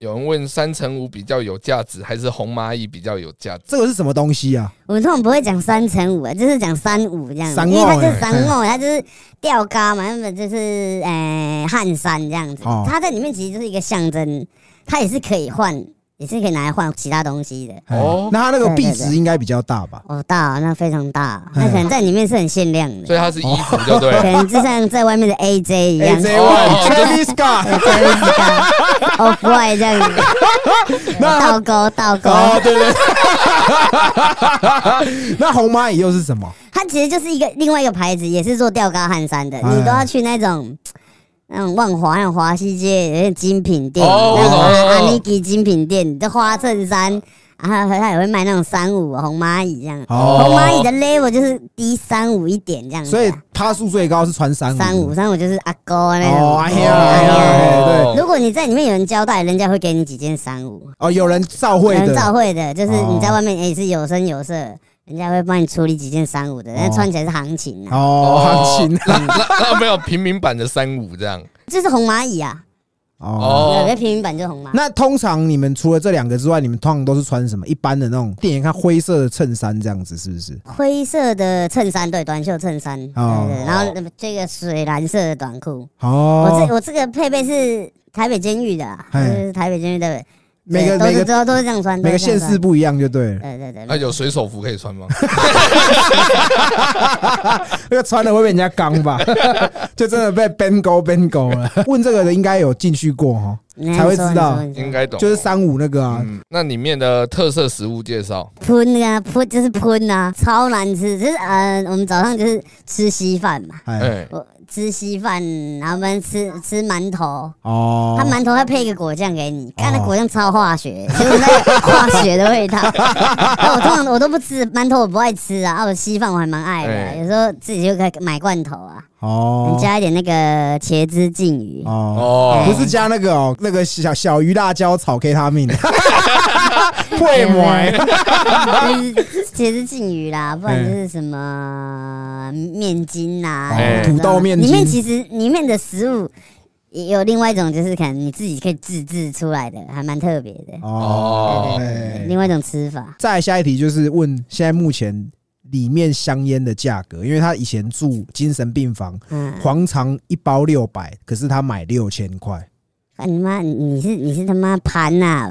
B: 有人问三乘五比较有价值，还是红蚂蚁比较有价值？
A: 这个是什么东西啊？
C: 我们通常不会讲三乘五，啊就是讲三五这样子，
A: 三五
C: 因为它就
A: 欸
C: 是三五，它就是吊嘎嘛，那么就是呃汗衫这样子
A: 哦。
C: 它在里面其实就是一个象征，它也是可以换，也是可以拿来换其他东西的。
B: 哦
A: 哎那它那个
C: 对对
A: 壁
C: 对
A: 纸应该比较大吧？
C: 哦，大、那非常大，
A: 嗯
C: 那可能在里面是很限量的，
B: 所以它是衣服就对
C: 可
B: 了。
C: 能就像在外面的 AJ 一样
A: AJ
B: 哦
A: One，Travis Scott。
C: ，Off White 这样子， 倒钩倒钩，
A: 哦，对 对对。那红蚂蚁又是什么？
C: 它其实就是一个另外一个牌子，也是做吊嘎汗衫的，
A: 哎
C: 你都要去那种。那种万华、那种华西街有些精品店，
B: 哦
C: 那种
B: 我懂
C: 阿米吉精品店，这花衬衫，啊，他也会卖那种三五红蚂蚁这样。
A: 哦
C: 红蚂蚁的 level 就是低三五一点这样子啊。
A: 所以趴数最高是穿三五。
C: 三五三五就是阿哥那
A: 哦，
C: 种。
A: 哎呀哎呀，哎对。
C: 如果你在里面有人交代，人家会给你几件三五。
A: 哦，有人照会
C: 有人照
A: 的。
C: 会的，就是
A: 哦
C: 你在外面也是有声有色，人家会帮你处理几件三五的，但
A: 哦
C: 穿起来是行情啊，
A: 哦，行情
B: 那那那没有平民版的三五这样
C: 就是红蚂蚁啊。
A: 哦。
C: 有些
B: 哦，
C: 平民版就红嘛。
A: 那通常你们除了这两个之外，你们通常都是穿什么？一般的那种电影看灰色的衬衫这样子，是不是？
C: 灰色的衬衫，对，短袖衬衫，
A: 哦
C: 对对，然后这个水蓝色的短裤。我
A: 哦
C: 这，我这个配备是台北监狱的啊，就
A: 嘿
C: 是台北监狱的，
A: 每个
C: 对
A: 每
C: 都是
A: 个
C: 都都是这样穿，
A: 每个
C: 都是这
A: 县
C: 样
A: 市不一样就对了。
C: 穿，对对
B: 那
C: 对，
B: 有水手服可以穿吗？
A: 那个穿了会被人家刚吧，就真的被 ban 勾 ban 勾 了。问这个的应该有进去过哈，
C: 你
A: 才会
C: 说
A: 知道
C: 你说你说
B: 应该懂，
A: 就是三五那个啊，
B: 嗯，那里面的特色食物介绍，
C: 喷啊喷，就是喷啊，超难吃。就是呃，我们早上就是吃稀饭嘛，
A: 哎
B: 哎，
C: 我吃稀饭，然后我们吃吃馒头，
A: 哦
C: 它，馒头它配一个果酱给你，看那
A: 哦
C: 果酱超化学， 就是那个化学的 味道。哦那我通常我都不吃馒头，我不爱吃啊，啊我稀饭我还蛮爱的啊，
B: 哎
C: 有时候自己就可以买罐头啊，
A: 哦
C: 你加一点那个茄汁鲫鱼。
A: 哦。
B: 哦
A: 不是加那个哦，那个小小鱼辣椒炒 K 他 命， 会
C: 没
A: 吗？
C: 有，就是茄子鲫鱼啦，不然就是什么面筋啦、
B: 哎
C: 你知道吗
A: 土豆面筋
C: 里面其实里面的食物也有另外一种，就是可能你自己可以自制出来的，还蛮特别的。
A: 哦，
B: 哦，
A: 哎
C: 另外一种吃法，
A: 再来下一题就是问现在目前里面香烟的价格，因为他以前住精神病房，
C: 嗯，
A: 黄肠一包六百，可是他买六千 块，
C: 啊你妈，你你是你是他妈盘呐、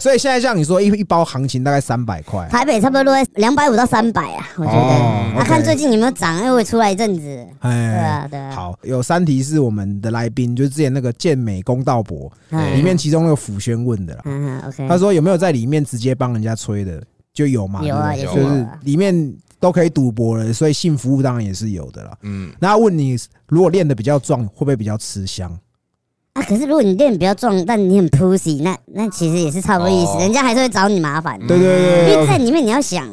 A: 所以现在像你说一一包行情大概三百块，
C: 台北差不多都在两百五到三百啊，我觉得。
A: 哦
C: 啊，
A: OK
C: 看最近有没有涨，因为我也出来一阵子。 对
A: 哎
C: 啊，对啊。
A: 好，有三题是我们的来宾，就是之前那个健美公道博
C: 嗯
A: 里面，其中那个辅轩问的啦，
C: 嗯嗯，OK。
A: 他说有没有在里面直接帮人家吹的，就有嘛，
C: 有啊，
A: 对
C: 也
A: 不
C: 是
A: 对
B: 有
C: 有
B: 啊
A: 就是
C: 啊。
A: 里面都可以赌博了，所以性服务当然也是有的啦。
B: 嗯，
A: 那他问你，如果练的比较壮，会不会比较吃香？
C: 啊，可是如果你练比较壮，但你很 pussy，那那其实也是差不多意思，
B: 哦
C: 人家还是会找你麻烦。
A: 对对
C: 因
A: 对
C: 为
A: 对
C: 在里面你要想，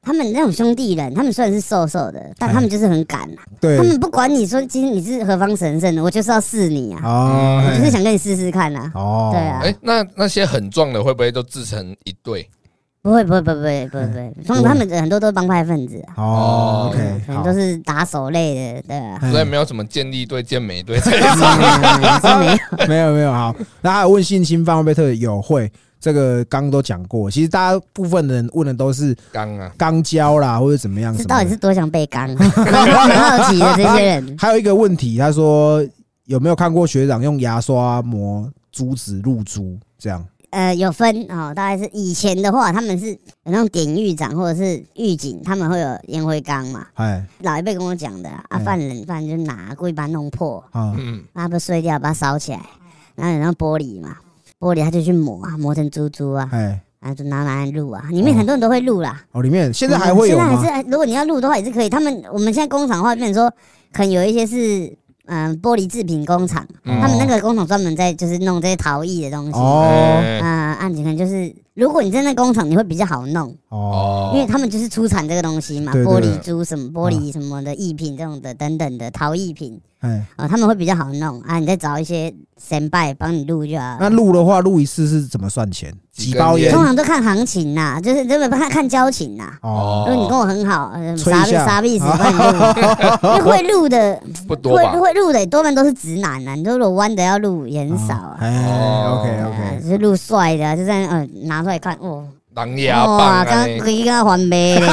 C: 他们那种兄弟人，他们虽然是瘦瘦的，但他们就是很敢啊，他
A: 哎对，
C: 们不管你说今天你是何方神圣的，我就是要试你啊，
B: 嗯
A: 哦
C: 我就是
A: 嘿
C: 想跟你试试看啊。
A: 哦，
C: 对啊
B: 哎，那那些很壮的会不会都制成一对？
C: 不会不会不会不会不会，
A: 嗯
C: 他们他们很多都是帮派分子啊，
A: 哦
B: 哦
A: ，OK，
C: 可
A: 好
C: 能都是打手类的，对
A: 哎
C: 啊。
B: 所以没有什么健力队、健美队这 一种。
C: 嗯真没有
A: 没有没有好，那还有问性侵犯会不会特别有会？这个刚刚都讲过，其实大家部分人问的都是
B: 刚啊，
A: 肛交啦，或者怎么样什
C: 这
A: 么
C: 到底
A: 的
C: 是多想被刚 啊？蛮好奇的这些人，
A: 还有一个问题，他说有没有看过学长用牙刷磨珠子露珠这样？
C: 呃，有分哦，大概是以前的话，他们是有那种典狱长或者是狱警，他们会有烟灰缸嘛。
A: 哎，
C: 老一辈跟我讲的啊，啊
A: 嗯
C: 犯人犯人就拿故意把它弄破，
A: 啊，
B: 嗯，
C: 让它不碎掉，把它烧起来，然后有那种玻璃嘛，玻璃他就去磨啊，磨成珠珠啊，
A: 哎，
C: 然后就拿拿来录啊，里面很多人都会录啦。
A: 哦，里面现在还会有
C: 嗯现在
A: 吗？
C: 还是如果你要录的话也是可以。他们我们现在工厂的话，变成说可能有一些是。嗯，玻璃制品工厂，
B: 嗯
C: 他们那个工厂专门在就是弄这些陶艺的东西。
A: 哦
B: 哎
C: 啊，案子可能就是，如果你在那工厂，你会比较好弄，
A: 哦，
B: 哦，
C: 因为他们就是出产这个东西嘛，
A: 对对啊
C: 玻
A: 对
C: 璃珠什么、玻璃什么的艺品这种的等等的陶艺品
A: 哎，
C: 啊，他们会比较好弄啊。你再找一些神拜帮你录就好
A: 那
C: 了。
A: 录的话，录一次是怎么算钱？
B: 几
A: 几包
B: 根
A: 烟
B: 烟？
C: 通常都看行情呐，就是真的看看交情呐。
A: 哦，
C: 如果你跟我很好，呃
A: 吹
C: 傻
A: 一
C: 逼
A: 下
C: 傻逼死帮 你录，因为会录 的
B: 不多吧
C: 会？会录的多半都是直男啊呐，你说如果弯的要录也很少啊。
A: 哎
B: 哦
A: ，OK
C: 对啊
A: OK，
C: 就是录帅的啊，就在呃拿出来看，哦，
B: 狼牙
C: 哇，
B: 棒
A: 哦
B: 啊
C: 刚，可以跟他还 杯嘞，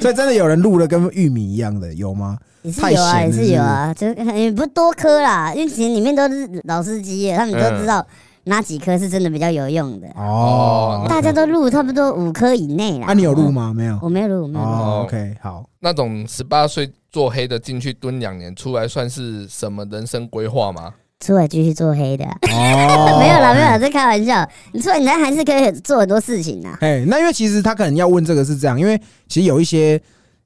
A: 所以真的有人录的跟玉米一样的有吗？
C: 也是
A: 太
C: 有啊，
A: 闲
C: 也
A: 了
C: 是有啊，就是也不多颗啦，因为其实里面都是老司机了，他们都知道哪几颗是真的比较有用的，
A: 嗯哦，
C: 大家都录差不多五颗以内啦。
A: 啊，你有录？吗？没有。
C: 我没有录，我没有录。
A: 哦
B: 哦
A: ，OK，好，
B: 那种十八岁做黑的进去蹲两年，出来算是什么人生规划吗？
C: 出来继续做黑的啊，
A: 哦
C: 没有啦，没有啦，这开玩笑。你出来，你还是可以做很多事情啊呐。
A: 哎、那因为其实他可能要问这个是这样，因为其实有一些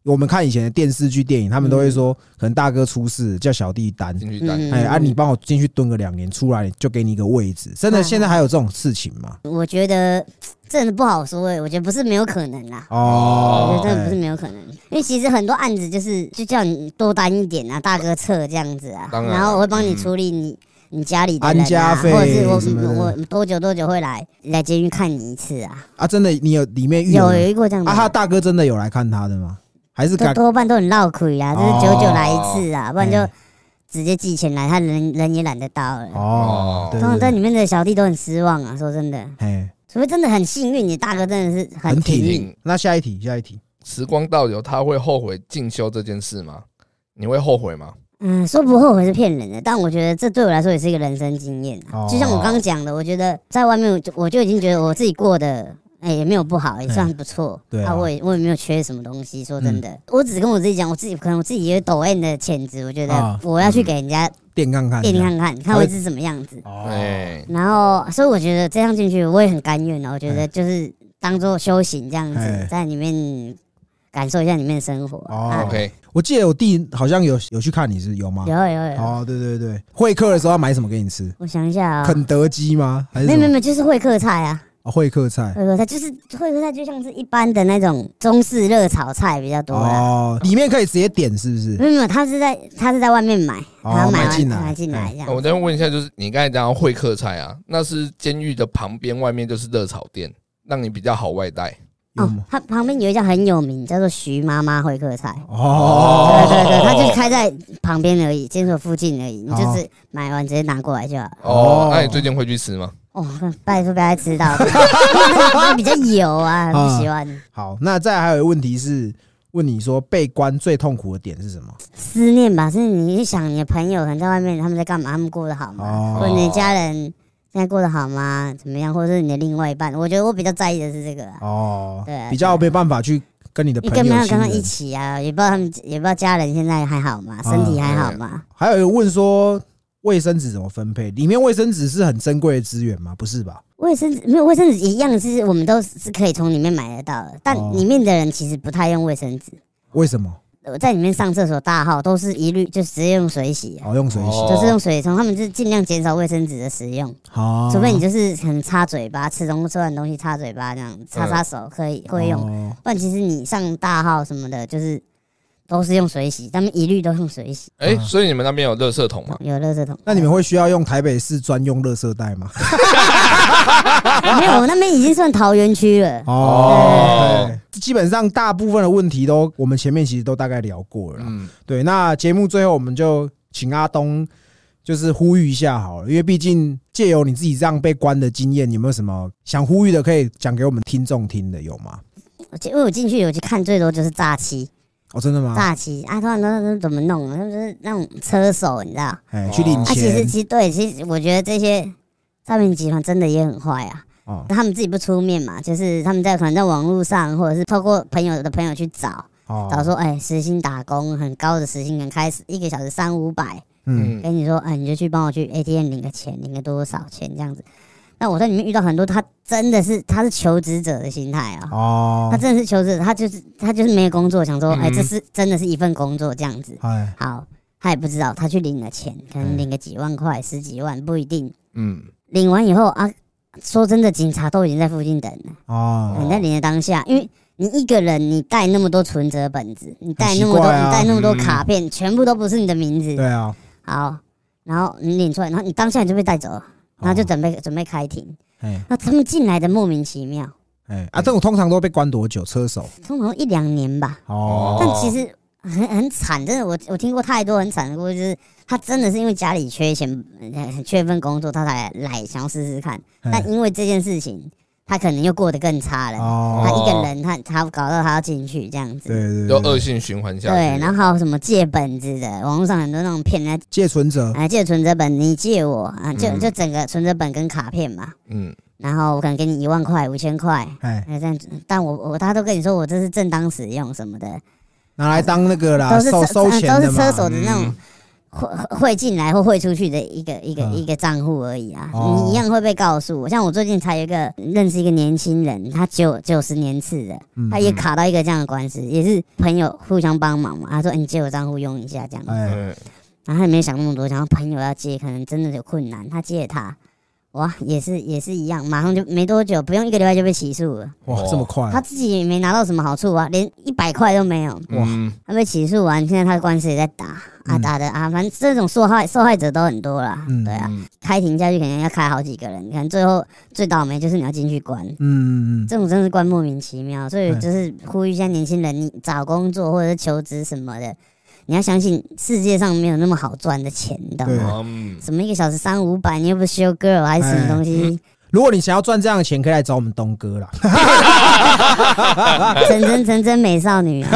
A: 我们看以前的电视剧、电影，他们都会说，可能大哥出事叫小弟担，
B: 进去单，
C: 嗯
A: 哎、啊，你帮我进去蹲个两年，出来就给你一个位置。真的，
C: 嗯
A: 现在还有这种事情吗？
C: 我觉得真的不好说诶，我觉得不是没有可能啦。
A: 哦
C: 我觉得，真的不是没有可能，因为其实很多案子就是就叫你多担一点啊，大哥撤这样子啊，
B: 当然啊
C: 然后我会帮你处理你。你家里
A: 嗯
C: 的
A: 安
C: 人
A: 家
C: 啊，
A: 费
C: 或者是
A: 什么的
C: 我我我多久多久会来来监狱看你一次
A: 哎
C: 啊？
A: 啊，真的，你有里面遇
C: 有欸
A: 人
C: 有遇过这样的
A: 啊，，他大哥真的有来看他的吗？还是
C: 多
A: 敢
C: 多半都很闹亏啊，就是久久来一次啊，不然就
A: 哦哎
C: 直接寄钱来，他人人也懒得到了。
A: 哦
B: 哦，
A: 对
C: 通常
A: 对
C: 在
A: 对，
C: 里面的小弟都很失望啊，说真的，
A: 哎，
C: 除非真的很幸运，你大哥真的是很
A: 很体
B: 挺
A: 运。那下一题，下一题，
B: 时光倒流，他会后悔进修这件事吗？你会后悔吗？
C: 嗯，说不后悔是骗人的，但我觉得这对我来说也是一个人生经验啊、
A: 哦
C: 就像我刚讲的，我觉得在外面我就我就已经觉得我自己过得。哎、也没有不好，也算不错。
A: 对啊嗯
C: 我也我也没有缺什么东西。说真的，我只跟我自己讲，我自己可能我自己也有抖 M 的潜质，我觉
A: 啊
C: 得我要去给人家
A: 电看看，
C: 练练看看，看会是什么样子。
A: 哦，
B: 哎、
C: 然后，所以我觉得这样进去我也很甘愿啊。我觉得就是当做修行这样
A: 哎
C: 子，在里面感受一下里面的生活。
A: 哦
C: 啊
B: o k
A: 我记得我弟好像有有去看你是有吗？
C: 有有有，
A: 哦，对对对，会客的时候要买什么给你吃？
C: 我想一下啊、
A: 肯德基吗？还是什
C: 没有没有
A: 么
C: 没有，就是会客菜啊，
A: 哦会客菜？
C: 会客菜就是会客菜，就像是一般的那种中式热炒菜比较多啦。
A: 哦，里面可以直接点是不是？
C: 没有没有，他是在他是在外面买，
A: 哦
C: 然后买
A: 买进
C: 完
A: 来哎
C: 买进来这
B: 那我
C: 样。
B: 再问一下，就是你刚才讲到会客菜啊，那是监狱的旁边，外面就是热炒店，让你比较好外带。
A: 有吗？
C: 哦他旁边有一家很有名，叫做徐妈妈会客菜。
A: 哦，
C: 对对对，他就是开在旁边而已，监所附近而已，你就是买完直接拿过来就好了。
B: 哦
A: 哦，
B: 那你最近会去吃吗？
C: 哦，拜托不要再吃 到，那个比较油啊，不喜欢。
A: 好，那再还有一个问题是问你说被关最痛苦的点是什么？
C: 思念吧，是你去想你的朋友可能在外面，他们在干嘛，他们过得好吗？
A: 哦
C: 或者你的家人现在过得好吗？怎么样？或者是你的另外一半？我觉得我比较在意的是这个、啊，
A: 哦，
C: 对啊
A: 比较没办法去跟你的
C: 你
A: 朋
C: 跟没
A: 友
C: 有跟他
A: 亲人啊
C: 一起啊，也不知道他们，也不知道家人现在还好吗？身体还好吗？
A: 还有一个问说卫生纸怎么分配？里面卫生纸是很珍贵的资源吗？不是吧？
C: 卫生纸没有卫生纸一样是，我们都是可以从里面买得到的，但
A: 哦
C: 里面的人其实不太用卫生纸。
A: 为什么？
C: 我在里面上厕所大号都是一律就直接用水洗、啊，
A: 好用水洗
B: 哦
C: 就是用水冲，他们是尽量减少卫生纸的使用，
A: 好，
C: 除非你就是可能擦嘴巴，吃东吃完东西擦嘴巴这样，擦擦手可以会用，
A: 哦
C: 不然其实你上大号什么的，就是都是用水洗，他们一律都用水洗，
B: 哎、所以你们那边有垃圾桶吗？
C: 有垃圾桶。
A: 那你 们会需要用台北市专用垃圾袋吗？
C: 没有？我那边已经算桃园区了。
A: 哦，对基本上大部分的问题都我们前面其实都大概聊过了啦。
B: 嗯，
A: 对，那节目最后我们就请阿东就是呼吁一下好了，因为毕竟借由你自己这样被关的经验，有没有什么想呼吁的可以讲给我们听众听的有吗？
C: 我进因为我进去，我去看最多就是诈欺，
A: 哦，真的吗？
C: 诈欺啊，通常都是怎么弄？他们就是那种车手，你知道？
A: 哎，去领
B: 哦
C: 啊，其实
A: 钱
C: 其实对，其实我觉得这些诈骗集团真的也很坏啊。
A: 哦
C: 他们自己不出面嘛，就是他们在可能在网络上，或者是透过朋友的朋友去找，找
A: 哦，
C: 说，哎、时薪打工很高的时薪，可能开始一个小时三五百，
A: 嗯，
B: 嗯
C: 跟你说，哎、你就去帮我去 ATM 领个钱，领个多少钱这样子。那我在里面遇到很多，他真的是他是求职者的心态啊、
A: 哦
C: 他，真的是求职者，他就是他就是没有工作，想说，哎、
B: 嗯
C: 这是真的是一份工作这样子。
A: 哎，
C: 好，他也不知道，他去领了钱，可能
A: 嗯
C: 领个几万块、十几万不一定。
B: 嗯，
C: 领完以后啊，说真的，警察都已经在附近等了。
A: 哦，
C: 你在领的当下，因为你一个人，你带那么多存折本子，你带那
A: 很
C: 么
A: 奇
C: 多，
A: 怪啊
C: 你带那么多卡片，全部都不是你的名字。
A: 对啊，
C: 好，然后你领出来，然后你当下你就被带走了，然后
A: 哦
C: 就准备、准备开庭。
A: 哎
C: 那他们进来的莫名其妙，
A: 哎啊，这种通常都被关多久？车手
C: 通常一两年吧。
A: 哦，
C: 但其实很很惨，真的，我我听过太多很惨的故事，就是他真的是因为家里缺钱，呃缺份工作，他才来想要试试看。
A: 嗯
C: 但因为这件事情，他可能又过得更差了。他
A: 哦，
C: 一个人，他他搞到他要进去这样
A: 对
C: 子。
A: 对
B: 就
A: 对
B: 恶
A: 对，
B: 性循环下去。
C: 对，然后还有什么借本子的，网络上很多那种骗人家，
A: 借存折
C: 啊借存折本，你借我啊，就
B: 嗯
C: 就整个存折本跟卡片嘛，
B: 嗯，
C: 然后我可能给你一万块、五千块，
A: 哎，
C: 哎这样子，但我我他都跟你说我这是正当使用什么的，
A: 拿来当那个啦，
C: 都是
A: 收啊收
C: 车啊
A: 钱
C: 都
A: 的
C: 是车
A: 嘛，
C: 手的那种汇汇进来或汇出去的一个一个
A: 嗯
C: 一个账户而已啊，
A: 哦
C: 你一样会被告诉我。像我最近才有一个认识一个年轻人，他九九十年次的，
A: 嗯
C: 他也卡到一个这样的官司，也是朋友互相帮忙嘛。他说：“哎你借我账户用一下这样。”
A: 哎，
B: 嗯
C: 然后他也没想那么多，想到朋友要借，可能真的有困难，他借他。哇，也是也是一样，马上就没多久，不用一个礼拜就被起诉了。
A: 哇，这么快
C: 他自己也没拿到什么好处啊，连一百块都没有。
B: 哇，
C: 他被起诉完，现在他的官司也在打啊，
A: 嗯
C: 打的啊，反正这种受害受害者都很多啦。
A: 嗯
C: 对啊，
B: 嗯
C: 开庭下去可能要开好几个人，你看最后最倒霉就是你要进去关，
A: 嗯嗯嗯，
C: 这种真是关莫名其妙。所以
A: 嗯
C: 就是呼吁一下年轻人，你找工作或者是求职什么的，你要相信世界上没有那么好赚的钱，你懂
A: 对
C: 吗？
B: 嗯，
C: 什么一个小时三五百，你又不是修 girl 还是什么东西？
D: 如果你想要赚这样的钱，可以来找我们东哥啦。
A: 哎嗯
C: 成真成真美 少女啊，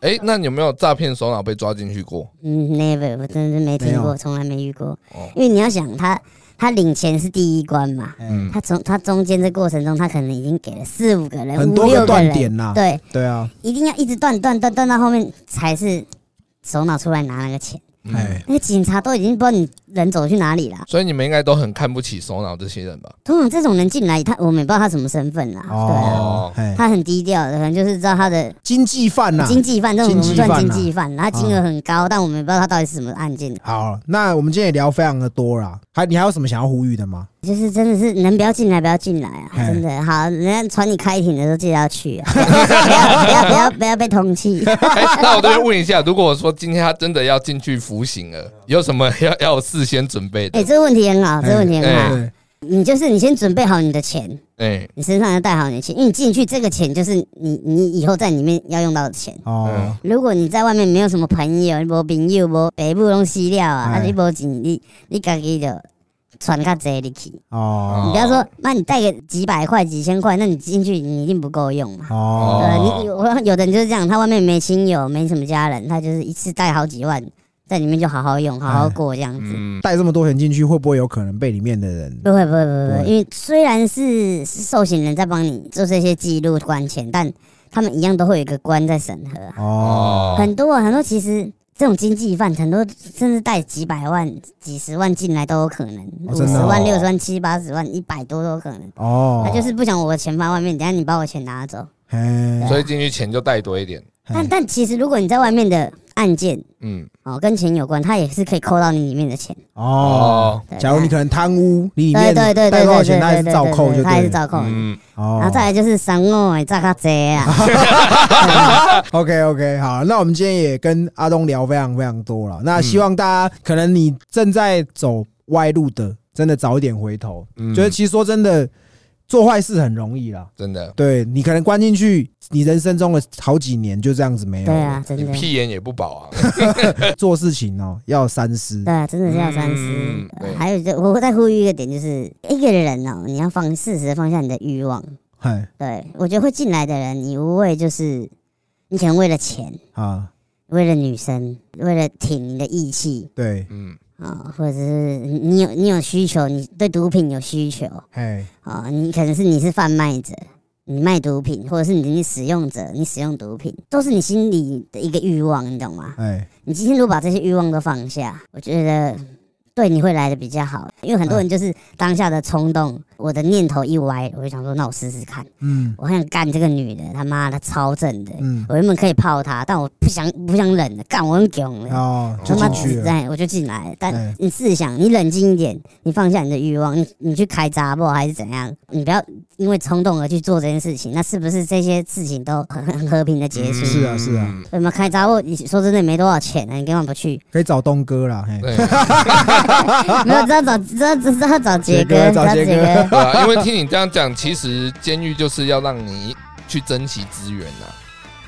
B: 哎、那你有没有诈骗首脑被抓进去过？
C: 嗯，never，我真的是没
A: 没
C: 听
A: 有
C: 过，从来没遇过
B: 哦。
C: 因为你要想他，他领钱是第一关嘛，
B: 嗯，
C: 他从他中间这过程中，他可能已经给了四五个人、
A: 很
C: 哎五
A: 多个
C: 六
A: 断
C: 人
A: 点呐
C: 对，
A: 对啊，
C: 一定要一直断断断断到后面才是首脑出来拿那个钱。
A: 哎，
C: 那个警察都已经不知道你人走去哪里了。
B: 嗯所以你们应该都很看不起首脑这些人吧？
C: 通常这种人进来，他我们也不知道他什么身份啦，
B: 嗯
C: 对啊，
A: 哦，哎，
C: 他很低调的，可能就是知道他的
A: 经济犯呐。
C: 经济犯，这种我
A: 经
C: 们
A: 济犯
C: 算经
A: 啊
C: 济犯，他金额很高，但我们也不知道他到底是什么案件。
A: 好，那我们今天也聊非常的多啦，还你还有什么想要呼吁的吗？
C: 就是真的是能不要进来不要进来啊！
A: 嘿
C: 真的好，人家传你开庭的时候记得要去啊，不要不要不要不要被通气。
B: 哎、那我这边问一下，如果我说今天他真的要进去服刑了，有什么要要有事先准备的？
C: 哎，这个问题很好，这个问题很
B: 哎
C: 好。
A: 对，
C: 你就是你先准备好你的钱，
B: 哎、
C: 你身上要带好你的钱，因为你进去这个钱就是你你以后在里面要用到的钱。
A: 哦
B: 嗯，
C: 如果你在外面没有什么朋友，无朋友，无爸母拢死了啊，
A: 哎
C: 啊你无钱，你你家己就传较济入去。
A: 哦，
C: 你不要说，那你带个几百块、几千块，那你进去你一定不够用嘛。
A: 哦，
C: 呃，
B: 哦
C: 你有有的人就是这样，他外面没亲友，没什么家人，他就是一次带好几万，在里面就好好用，好好过这样子。
B: 嗯，
A: 带这么多钱进去，会不会有可能被里面的人？
C: 不会不会不会，不
A: 不
C: 会
A: 会
C: 因为虽然是是受刑人在帮你做这些记录关钱，但他们一样都会有一个官在审核啊。
A: 哦，
C: 很多啊很多其实这种经济犯，很多甚至带几百万、几十万进来都有可能，
A: 哦
C: 五
A: 真
C: 十
A: 的哦
C: 万、六十万、七八十万、一百多都有可能。
A: 哦，
C: 他就是不想我的钱放外面，等下你把我钱拿走。
A: 嘿，
B: 所以进去钱就带多一点，
C: 但但其实如果你在外面的案件，
B: 嗯，
C: 哦，跟钱有关，它也是可以扣到你里面的钱。
A: 哦，
B: 哦，
C: 对
A: 假如你可能贪污，你里
C: 对
A: 面
C: 对对对
A: 带
C: 对
A: 多少
C: 对
A: 钱，
C: 对
A: 他也是
C: 对
A: 照扣，就
C: 对，它也
A: 对
C: 是
A: 了。
C: 照扣。
B: 嗯，
A: 哦，
C: 然后再来就是三五的炸卡贼啊，
A: OK OK，好，那我们今天也跟阿东聊非常非常多了。那
B: 嗯
A: 希望大家可能你正在走歪路的，真的早一点回头。
B: 嗯
A: 觉得其实说真的，做坏事很容易啦。
B: 真的，
A: 对你可能关进去，你人生中的好几年就这样子没有。
C: 对啊，，真
B: 你
C: 的，
B: 屁眼也不保啊，
A: 做事情哦要三思
C: 对。啊，真的是要三思
B: 嗯。对
C: 还有就我再呼吁一个点，就是一个人哦，你要放适时地放下你的欲望。
A: 嗨
C: 对我觉得会进来的人，你无谓就是你可能为了钱，
A: 啊，
C: 为了女生，为了挺你的义气
A: 对，
B: 嗯，
C: 啊、或者是你有你有需求，你对毒品有需求，
A: 嘿，
C: 啊、你可能是你是贩卖者，你卖毒品，或者是你你使用者，你使用毒品，都是你心里的一个欲望，你懂吗？
A: 哎，
C: 你今天如果把这些欲望都放下，我觉得对你会来的比较好，因为很多人就是当下的冲动，我的念头一歪，我就想说，那我试试看，
A: 嗯
C: 我很想干这个女的，他妈的超正的，
A: 嗯，
C: 我原本可以泡她，但我不想不想忍了，干我很囧了。
A: 哦，就
C: 他妈
A: 进去了。
C: 哎，我就进来了。
A: 哎
C: 但你试想，你冷静一点，你放下你的欲望，你你去开杂货还是怎样？你不要因为冲动而去做这件事情，那是不是这些事情都很很和平的结束？
A: 是啊是啊
B: 嗯，
C: 对吗？开杂货，你说真的没多少钱啊，你根本不 去。
A: 可以找东哥啦，嘿，
B: 对，
C: 没有，只要找只要只要找杰哥，
A: 杰哥找
C: 只要
A: 杰哥
C: 哥。
B: 对啊，因为听你这样讲，其实监狱就是要让你去珍惜资源呐、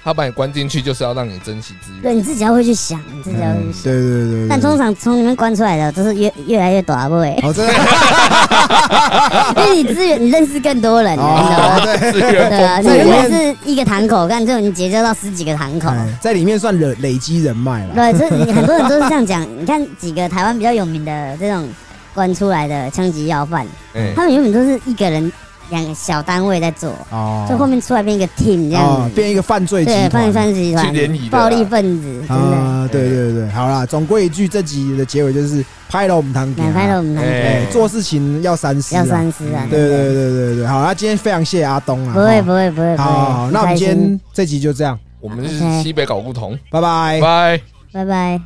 B: 他把你关进去就是要让你珍惜资
C: 对，
B: 源。
C: 你自己要会去想，你自己要会去
A: 嗯
C: 想。
A: 对对对对。
C: 但通常从里面关出来的都是越越来越短位，
A: 哦，真的
C: 因为你资源你认识更多人了，你知道吗？
A: 哦，对。
B: 资源
C: 对啊，
B: 丰
C: 你
B: 富，
C: 原本是一个堂口，但最后你结交到十几个堂口。
A: 哎在里面算累累积人脉了。
C: 对，这你很多人都是这样讲。你看几个台湾比较有名的这种关出来的枪击要犯，
B: 哎、
C: 他们原本都是一个人、两个小单位在做，
A: 哦，
C: 就后面出来变一个 team 这样
A: 哦
C: 子，
A: 变一个犯罪集
C: 对，犯
A: 团。
C: 罪分子集
B: 去联谊
C: 团、
B: 的啦
C: 暴力分子，真的。
A: 啊，对对对，好啦，总归一句，这集的结尾就是拍了我们堂弟
C: 两，拍了我们堂
B: 哎
A: 哎，做事情要三思啊，
C: 要三思啊！
A: 对
C: 真的
A: 对对对对，好，那今天非常谢谢阿东啊，
C: 不会
A: 哦
C: 不会不会不
A: 好好，
C: 会
A: 好，
C: 很
A: 那我们
C: 开
A: 今
C: 心
A: 天这集就这样，
B: 我们是
C: OK
A: 哎
B: 西北搞不同，
A: 拜拜。
B: 拜。
C: 拜拜。